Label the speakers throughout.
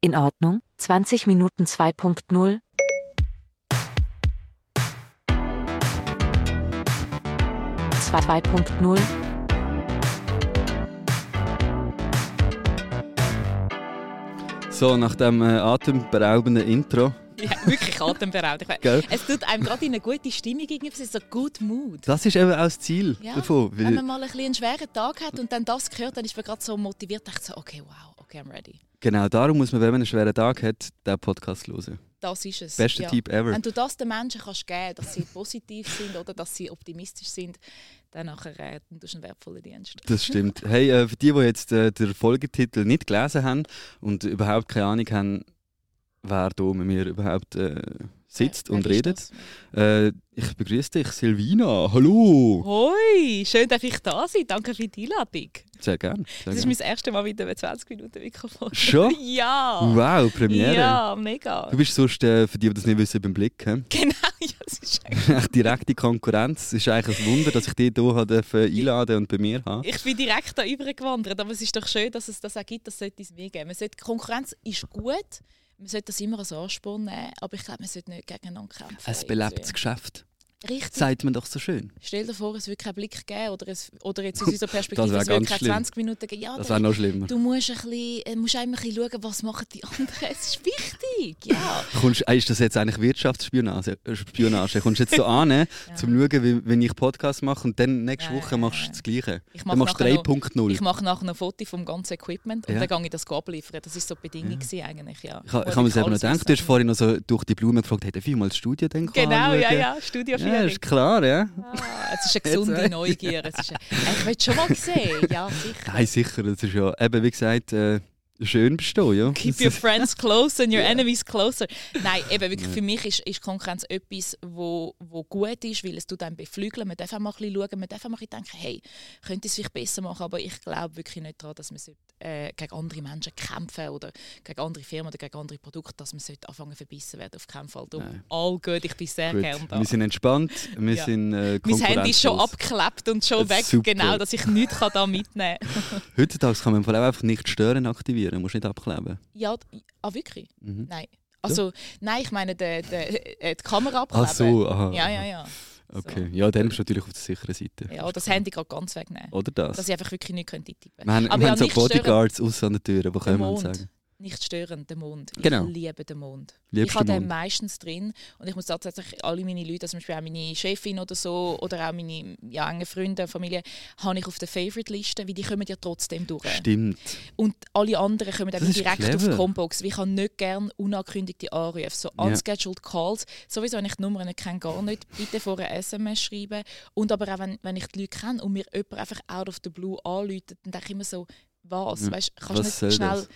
Speaker 1: In Ordnung, 20 Minuten 2.0. Zwei- 2.0.
Speaker 2: So, nach dem äh, atemberaubenden Intro,
Speaker 3: Ja, wirklich atemberaubend. Ich weiß-
Speaker 2: gell?
Speaker 3: Es tut einem gerade in eine gute Stimmung irgendwie, es ist so gut Mood.
Speaker 2: Das ist eben auch das Ziel
Speaker 3: Ja,
Speaker 2: davon.
Speaker 3: Wenn man
Speaker 2: Weil,
Speaker 3: mal ein bisschen einen schweren Tag hat und dann das gehört, dann ist man gerade so motiviert, denkt so, okay, wow, okay, I'm ready.
Speaker 2: genau darum muss man, wenn man einen schweren Tag hat, den Podcast hören.
Speaker 3: Das ist es.
Speaker 2: Bester
Speaker 3: ja.
Speaker 2: Tipp ever.
Speaker 3: Wenn du das den Menschen kannst geben dass sie positiv sind oder dass sie optimistisch sind, dann nachher äh, dann tust du einen wertvollen Dienst.
Speaker 2: Das stimmt. Hey, äh, für die, die jetzt äh, den Folgetitel nicht gelesen haben und überhaupt keine Ahnung haben, wer da mit mir überhaupt äh, sitzt
Speaker 3: Wer-
Speaker 2: und
Speaker 3: wer ist
Speaker 2: redet,
Speaker 3: das?
Speaker 2: äh, ich begrüße dich, Silvina. Hallo!
Speaker 3: Hoi, schön, dass ich da sein. Danke für die Einladung.
Speaker 2: Sehr gerne. Sehr
Speaker 3: Das ist
Speaker 2: gern.
Speaker 3: mein erstes Mal wieder mit 20 Minuten Mikrofon.
Speaker 2: Schon?
Speaker 3: Ja!
Speaker 2: Wow, Premiere.
Speaker 3: Ja, mega.
Speaker 2: Du bist sonst, äh, für die, die das nicht wissen, beim Blick. hä?
Speaker 3: Genau, ja, es ist eigentlich-
Speaker 2: Echt direkte Konkurrenz. Es ist eigentlich ein Wunder, dass ich dich hier einladen und bei mir habe.
Speaker 3: Ich bin direkt da übergewandert, aber es ist doch schön, dass es das auch gibt, das sollte es mehr geben. Man sollte, Konkurrenz ist gut, man sollte das immer als Ansporn nehmen, aber ich glaube, man sollte nicht gegeneinander kämpfen.
Speaker 2: Ein belebtes
Speaker 3: Irgendwie.
Speaker 2: Geschäft.
Speaker 3: Richtig.
Speaker 2: Sagt man doch so schön.
Speaker 3: Stell dir vor, es würde keinen Blick geben oder, es, oder jetzt aus unserer Perspektive,
Speaker 2: wär
Speaker 3: es würde
Speaker 2: ganz
Speaker 3: keine
Speaker 2: schlimm.
Speaker 3: 20 Minuten geben. Ja,
Speaker 2: Das wäre
Speaker 3: dann,
Speaker 2: noch schlimmer.
Speaker 3: du musst, ein bisschen, äh, musst auch immer ein bisschen schauen, was machen die anderen. Es ist wichtig, ja.
Speaker 2: Kommst, äh, ist das jetzt eigentlich Wirtschaftsspionage? äh, Spionage? Kommst du jetzt so an, ne? zum schauen, wie, wenn ich Podcast mache und dann nächste
Speaker 3: Nein.
Speaker 2: Woche machst du das Gleiche?
Speaker 3: Ich
Speaker 2: Dann machst du
Speaker 3: nachher noch-
Speaker 2: 3.0.
Speaker 3: Ich mache nachher noch ein Foto vom ganzen Equipment und
Speaker 2: Ja.
Speaker 3: dann gehe ich das abliefern. Das war so die Bedingung gewesen eigentlich, ja.
Speaker 2: Ich, ha- ich habe mir selber noch
Speaker 3: Alles
Speaker 2: gedacht, du hast vorhin noch so durch die Blume gefragt, hätte ich mal das Studio dann
Speaker 3: Genau, ja,
Speaker 2: anschauen?
Speaker 3: ja, Studio 4.
Speaker 2: Ja, ist klar, ja.
Speaker 3: Ah, es ist
Speaker 2: Jetzt weiss
Speaker 3: eine gesunde
Speaker 2: ich.
Speaker 3: Neugier. Es ist eine, ich will schon mal sehen. Ja, sicher.
Speaker 2: Nein, sicher, das ist ja, eben wie gesagt, äh, schön bestehen, ja.
Speaker 3: Keep your friends close and your enemies closer. Nein, eben wirklich für mich ist, ist Konkurrenz etwas, wo, wo gut ist, weil es tut einem beflügeln. Man darf auch mal ein bisschen schauen, man darf auch mal ein bisschen denken, hey, könnte ich es vielleicht besser machen, aber ich glaube wirklich nicht daran, dass man sollte, äh, gegen andere Menschen kämpfen oder gegen andere Firmen oder gegen andere Produkte, dass man sollte anfangen verbissen werden auf keinen Fall. Darum,
Speaker 2: Nein.
Speaker 3: all gut, ich bin sehr
Speaker 2: Gut.
Speaker 3: gern da.
Speaker 2: Wir sind entspannt, wir
Speaker 3: Ja.
Speaker 2: sind äh,
Speaker 3: Mein Handy ist schon
Speaker 2: konkurrenzlos.
Speaker 3: abgeklebt und schon weg,
Speaker 2: Super.
Speaker 3: genau, dass ich nichts kann da mitnehmen kann.
Speaker 2: Heutzutage kann man im Fall auch einfach nicht stören aktivieren, musst nicht abkleben.
Speaker 3: Ja, d- ah, wirklich?
Speaker 2: Mhm.
Speaker 3: Nein. Also, nein, ich meine, de, de, äh, die Kamera abkleben.
Speaker 2: Ach so, aha.
Speaker 3: Ja, ja, ja.
Speaker 2: Okay, ja, dann bist du natürlich auf der sicheren Seite.
Speaker 3: Ja, das Handy gerade ganz wegnehmen.
Speaker 2: Oder Oh, das?
Speaker 3: Dass ich einfach wirklich nicht könnte tippen
Speaker 2: wir haben,
Speaker 3: Aber
Speaker 2: wir
Speaker 3: ja,
Speaker 2: haben so
Speaker 3: nicht stören.
Speaker 2: Bodyguards außen an der Tür, die
Speaker 3: Der
Speaker 2: können wir
Speaker 3: Mond.
Speaker 2: sagen.
Speaker 3: Nicht störend, der Mond. Ich
Speaker 2: Genau.
Speaker 3: liebe den Mond. ich
Speaker 2: Liebster
Speaker 3: habe den
Speaker 2: Mond.
Speaker 3: meistens drin und ich muss tatsächlich alle meine Leute, also zum Beispiel auch meine Chefin oder so oder auch meine ja, engen Freunde, Familie, habe ich auf der Favorite-Liste, weil die kommen ja trotzdem durch.
Speaker 2: Stimmt.
Speaker 3: Und alle anderen kommen
Speaker 2: Das
Speaker 3: eben
Speaker 2: ist
Speaker 3: direkt auf
Speaker 2: clever.
Speaker 3: die Combox. weil Ich habe nicht gerne unangekündigte Anrufe, so
Speaker 2: Ja.
Speaker 3: unscheduled Calls. Sowieso, wenn ich die Nummern nicht kenne, gar nicht. Bitte vor einer SMS schreiben. Und aber auch, wenn, wenn ich die Leute kenne und mir jemand einfach out of the blue anläutet, dann denke ich immer so, was?
Speaker 2: Ja.
Speaker 3: Weißt,
Speaker 2: Was
Speaker 3: kannst du
Speaker 2: soll
Speaker 3: nicht schnell
Speaker 2: das?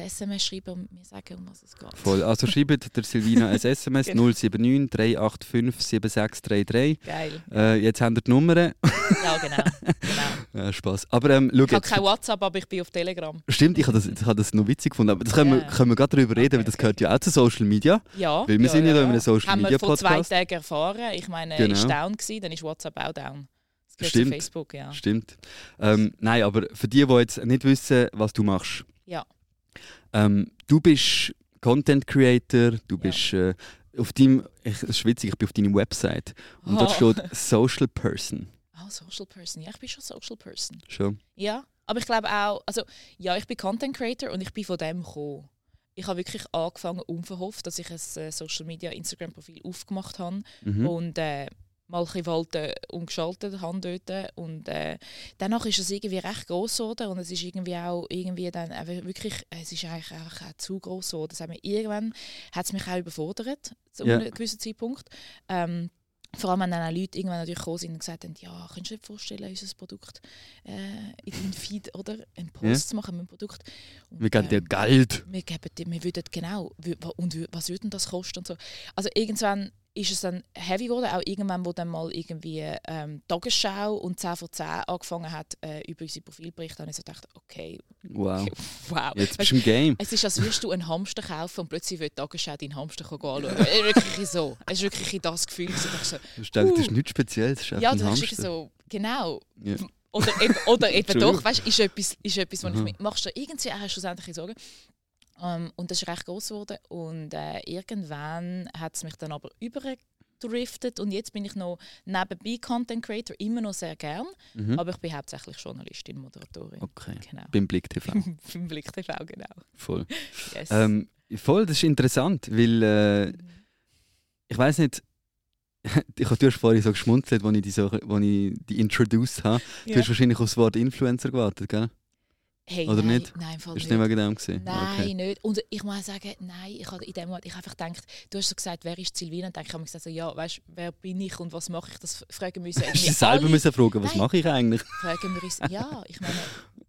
Speaker 3: ein SMS schreiben und mir sagen, um was es geht?
Speaker 2: Voll. Also schreibt der Silvina ein SMS
Speaker 3: Genau.
Speaker 2: 079 385 7633.
Speaker 3: Geil.
Speaker 2: Äh, jetzt haben wir die Nummern.
Speaker 3: Ja, genau. genau.
Speaker 2: Äh, Spass. Aber ähm, schau
Speaker 3: Ich habe
Speaker 2: jetzt.
Speaker 3: kein WhatsApp, aber ich bin auf Telegram.
Speaker 2: Stimmt, ich habe das, ich habe das noch witzig gefunden. Aber das können, wir,
Speaker 3: Ja.
Speaker 2: können wir gerade darüber reden, weil das gehört ja auch zu Social Media.
Speaker 3: Ja.
Speaker 2: Weil wir
Speaker 3: ja,
Speaker 2: sind ja da in einem
Speaker 3: Haben wir vor zwei
Speaker 2: Social-Media-Podcast.
Speaker 3: Tagen erfahren. Ich meine,
Speaker 2: Genau.
Speaker 3: ist down gewesen, dann ist WhatsApp auch down. Das gehört
Speaker 2: Stimmt.
Speaker 3: zu Facebook, ja.
Speaker 2: Stimmt. Ähm, nein, aber für die, die jetzt nicht wissen, was du machst.
Speaker 3: Ja.
Speaker 2: Ähm, du bist Content Creator, du bist äh, auf deinem, ich, es ist witzig, ich bin auf deiner Website und dort
Speaker 3: Oh.
Speaker 2: steht Social Person.
Speaker 3: Ah, Social Person. Ja, ich bin schon Social Person.
Speaker 2: Schon.
Speaker 3: Ja, aber ich glaube auch, also ja, ich bin Content Creator und ich bin von dem gekommen. Ich habe wirklich angefangen, unverhofft, dass ich ein äh, Social Media Instagram Profil aufgemacht habe
Speaker 2: Mhm.
Speaker 3: und äh, mal ein bisschen walten und geschaltet habe dort. Und äh, danach ist es irgendwie recht gross geworden und es ist irgendwie auch irgendwie dann auch wirklich, es ist eigentlich einfach auch zu gross geworden. Das hat mich, irgendwann hat es mich auch überfordert, zu
Speaker 2: Ja.
Speaker 3: einem gewissen Zeitpunkt. Ähm, vor allem, wenn dann auch Leute irgendwann natürlich gekommen sind und gesagt haben, ja, kannst du dir vorstellen, unser Produkt äh, in deinem Feed oder einen Post
Speaker 2: Ja.
Speaker 3: zu machen mit dem Produkt. Und,
Speaker 2: Wir geben dir
Speaker 3: ähm,
Speaker 2: Geld.
Speaker 3: wir geben dir, wir würden genau, wü- wa- und wü- was würde denn das kosten und so. Also irgendwann ist es dann heavy geworden, auch irgendwann, wo dann mal irgendwie ähm, Tagesschau und 10 vor 10 angefangen hat, äh, über unsere Profilberichte, habe ich so gedacht, okay,
Speaker 2: Wow.
Speaker 3: wow.
Speaker 2: Oh, Jetzt
Speaker 3: Weißt
Speaker 2: bist du im Game.
Speaker 3: du, es ist, als würdest du einen Hamster kaufen und plötzlich will die Tagesschau deinen Hamster anschauen. Es ist wirklich so. Es ist wirklich in das Gefühl. gewesen. Ich dachte so,
Speaker 2: Du denkst, das ist
Speaker 3: Uh.
Speaker 2: nichts Spezielles. Das ist
Speaker 3: ja,
Speaker 2: einfach
Speaker 3: du
Speaker 2: ein
Speaker 3: hast
Speaker 2: Hamster.
Speaker 3: irgendwie so, genau.
Speaker 2: Ja.
Speaker 3: Oder eben, oder eben
Speaker 2: Entschuldigung.
Speaker 3: doch, weißt du, ist etwas, ist etwas was ich
Speaker 2: Aha.
Speaker 3: mit, machst du irgendwie auch schlussendlich Sorgen. Ähm, und das ist recht groß geworden. Und äh, irgendwann hat es mich dann aber übergedriftet. Und jetzt bin ich noch nebenbei Content Creator immer noch sehr gern.
Speaker 2: Mhm.
Speaker 3: Aber ich bin hauptsächlich Journalistin, Moderatorin.
Speaker 2: Okay.
Speaker 3: Genau.
Speaker 2: Beim Blick TV.
Speaker 3: Beim Blick TV, genau.
Speaker 2: Voll.
Speaker 3: Yes.
Speaker 2: Ähm, voll, das ist interessant, weil äh, ich weiß nicht, ich habe vorhin so geschmunzelt, als ich die, so, als ich die introduced habe. Du
Speaker 3: Ja.
Speaker 2: hast wahrscheinlich auf das Wort Influencer gewartet, gell?
Speaker 3: Hey,
Speaker 2: oder
Speaker 3: nein,
Speaker 2: nicht?
Speaker 3: Nein, im
Speaker 2: Hast
Speaker 3: Fall nicht.
Speaker 2: du nicht wegen dem gesehen?
Speaker 3: Oh, Nein,
Speaker 2: Okay.
Speaker 3: nicht. Und ich muss sagen, nein, ich habe in dem Moment, ich habe einfach gedacht, du hast so gesagt, wer ist Silvina? Und dann habe ich gesagt, so, ja, weißt, wer bin ich und was mache ich? Das fragen müssen.
Speaker 2: Hast du
Speaker 3: irgendwie
Speaker 2: dich selber
Speaker 3: alle.
Speaker 2: müssen fragen, was
Speaker 3: Nein.
Speaker 2: mache ich eigentlich?
Speaker 3: fragen wir uns, ja, ich meine,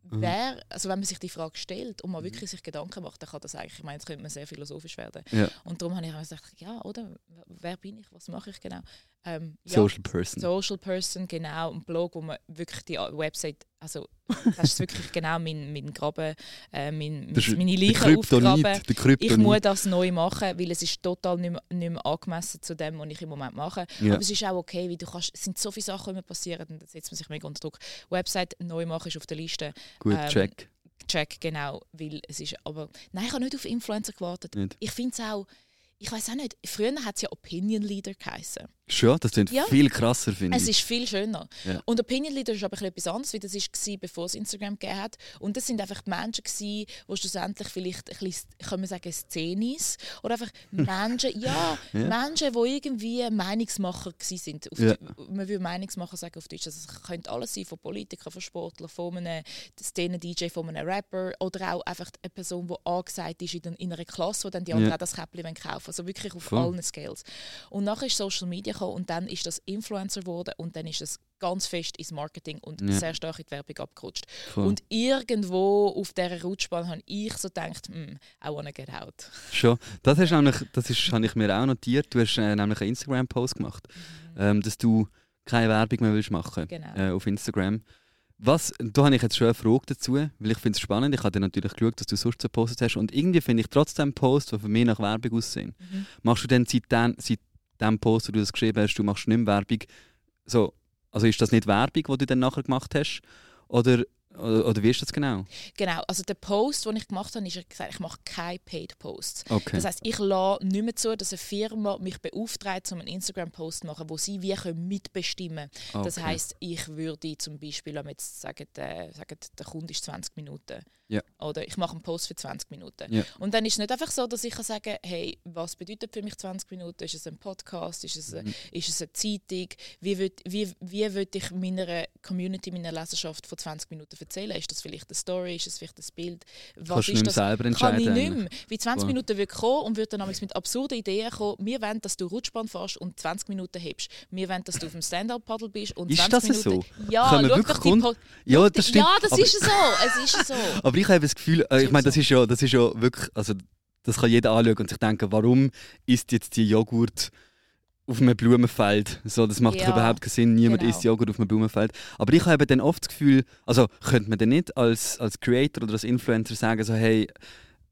Speaker 2: Mhm.
Speaker 3: wer, also wenn man sich die Frage stellt und man wirklich sich Gedanken macht, dann kann das eigentlich, ich meine, jetzt könnte man sehr philosophisch werden.
Speaker 2: Ja.
Speaker 3: Und darum habe ich auch gesagt, ja, oder, wer bin ich, was mache ich genau? Ähm, ja,
Speaker 2: Social Person.
Speaker 3: Social Person, genau, ein Blog, wo man wirklich die Website, also das ist wirklich genau mein, mein Graben, äh, mein,
Speaker 2: Das ist
Speaker 3: meine
Speaker 2: der
Speaker 3: Leiche aufgraben.
Speaker 2: Kryptonit. Der
Speaker 3: Ich muss
Speaker 2: Kryptonit.
Speaker 3: das neu machen, weil es ist total nicht mehr, nicht mehr angemessen zu dem, was ich im Moment mache.
Speaker 2: Ja.
Speaker 3: Aber es ist auch okay, weil du kannst, es sind so viele Sachen, die immer passieren, und dann setzt man sich mega unter Druck. Website neu machen ist auf der Liste.
Speaker 2: Gut,
Speaker 3: ähm,
Speaker 2: check.
Speaker 3: Check, genau, weil es ist, aber nein, ich habe nicht auf Influencer gewartet.
Speaker 2: Nicht.
Speaker 3: Ich finde es auch, ich weiß auch nicht, früher hat es ja Opinion Leader geheißen.
Speaker 2: Schon, das klingt
Speaker 3: Ja.
Speaker 2: viel krasser, finde
Speaker 3: Es
Speaker 2: ich.
Speaker 3: ist viel schöner.
Speaker 2: Ja.
Speaker 3: Und Opinion Leader ist aber ein bisschen etwas anderes, wie das war, bevor es Instagram gegeben hat. Und das sind einfach die Menschen, gewesen, die schlussendlich vielleicht ein bisschen, können wir sagen, Szenis. Oder einfach Menschen, ja,
Speaker 2: Ja.
Speaker 3: Menschen, die irgendwie Meinungsmacher gewesen sind. Auf
Speaker 2: Ja.
Speaker 3: die- Man würde Meinungsmacher sagen auf Deutsch. Also es könnte alles sein, von Politikern, von Sportlern, von einem Szenen-DJ, von einem Rapper. Oder auch einfach eine Person, die angesagt ist in, den, in einer Klasse, die dann die anderen
Speaker 2: Ja.
Speaker 3: auch das Käppchen wollen kaufen Also wirklich auf
Speaker 2: Voll.
Speaker 3: allen Scales. Und nachher ist Social Media gekommen und dann ist das Influencer geworden und dann ist das ganz fest ins Marketing und
Speaker 2: Ja.
Speaker 3: sehr stark in die Werbung abgerutscht.
Speaker 2: Voll.
Speaker 3: Und irgendwo auf dieser Rutschbahn habe ich so gedacht, hm, I wanna get out.
Speaker 2: Schon. Das, hast du nämlich, das ist, habe ich mir auch notiert. Du hast äh, nämlich einen Instagram-Post gemacht, ähm, dass du keine Werbung mehr willst machen
Speaker 3: Mhm. Genau.
Speaker 2: äh, auf Instagram. Was, da habe ich jetzt schon eine Frage dazu, weil ich finde es spannend. Ich habe dann natürlich geschaut, dass du sonst so gepostet hast. Und irgendwie finde ich trotzdem Posts, die für mich nach Werbung aussehen.
Speaker 3: Mhm.
Speaker 2: Machst du denn seit, dem- seit dem Post, wo du das geschrieben hast, du machst nicht mehr Werbung? So, also ist das nicht Werbung, die du dann nachher gemacht hast? Oder, oder, oder wie ist das genau?
Speaker 3: Genau, also der Post, den ich gemacht habe, ist ich gesagt, ich mache keine Paid Posts.
Speaker 2: Okay.
Speaker 3: Das heißt, ich lasse nicht mehr zu, dass eine Firma mich beauftragt, um einen Instagram-Post zu machen, wo sie wie können mitbestimmen können. Das
Speaker 2: Okay.
Speaker 3: heißt, ich würde zum Beispiel, wenn wir jetzt sagen, äh, sagen der Kunde ist 20 Minuten.
Speaker 2: Ja.
Speaker 3: Oder ich mache einen Post für 20 Minuten.
Speaker 2: Ja.
Speaker 3: Und dann ist es nicht einfach so, dass ich kann sagen hey, was bedeutet für mich 20 Minuten? Ist es ein Podcast? Ist es,
Speaker 2: Mhm.
Speaker 3: eine- ist es eine Zeitung? Wie würde wie, wie würd ich meiner Community, meiner Leserschaft von 20 Minuten erzählen? Ist das vielleicht eine Story? Ist es vielleicht ein Bild? Was
Speaker 2: Kannst du nicht mehr selber entscheiden?
Speaker 3: kann ich
Speaker 2: eigentlich.
Speaker 3: nicht mehr. Wie 20
Speaker 2: Voll.
Speaker 3: Minuten würde kommen und würde dann nämlich mit absurden Ideen kommen. Wir wollen, dass du Rutschbahn fährst und 20 Minuten hebst. Wir wollen, dass du auf dem Stand-Up-Paddle bist und
Speaker 2: Ist
Speaker 3: 20
Speaker 2: das
Speaker 3: Minuten...
Speaker 2: so?
Speaker 3: Ja,
Speaker 2: Kommen
Speaker 3: schau
Speaker 2: wirklich
Speaker 3: doch die
Speaker 2: Kunden?
Speaker 3: Po-
Speaker 2: Ja, das stimmt.
Speaker 3: ja, das
Speaker 2: aber,
Speaker 3: ist so. Es ist so.
Speaker 2: aber ich habe das Gefühl, äh, ich meine, das ist ja, das ist ja wirklich, also das kann jeder anschauen und sich denken, warum isst jetzt die Joghurt auf einem Blumenfeld? So, das macht doch
Speaker 3: Ja,
Speaker 2: überhaupt keinen Sinn. Niemand
Speaker 3: genau.
Speaker 2: isst Joghurt auf einem Blumenfeld. Aber ich habe eben dann oft das Gefühl, also könnte man dann nicht als, als Creator oder als Influencer sagen, so hey,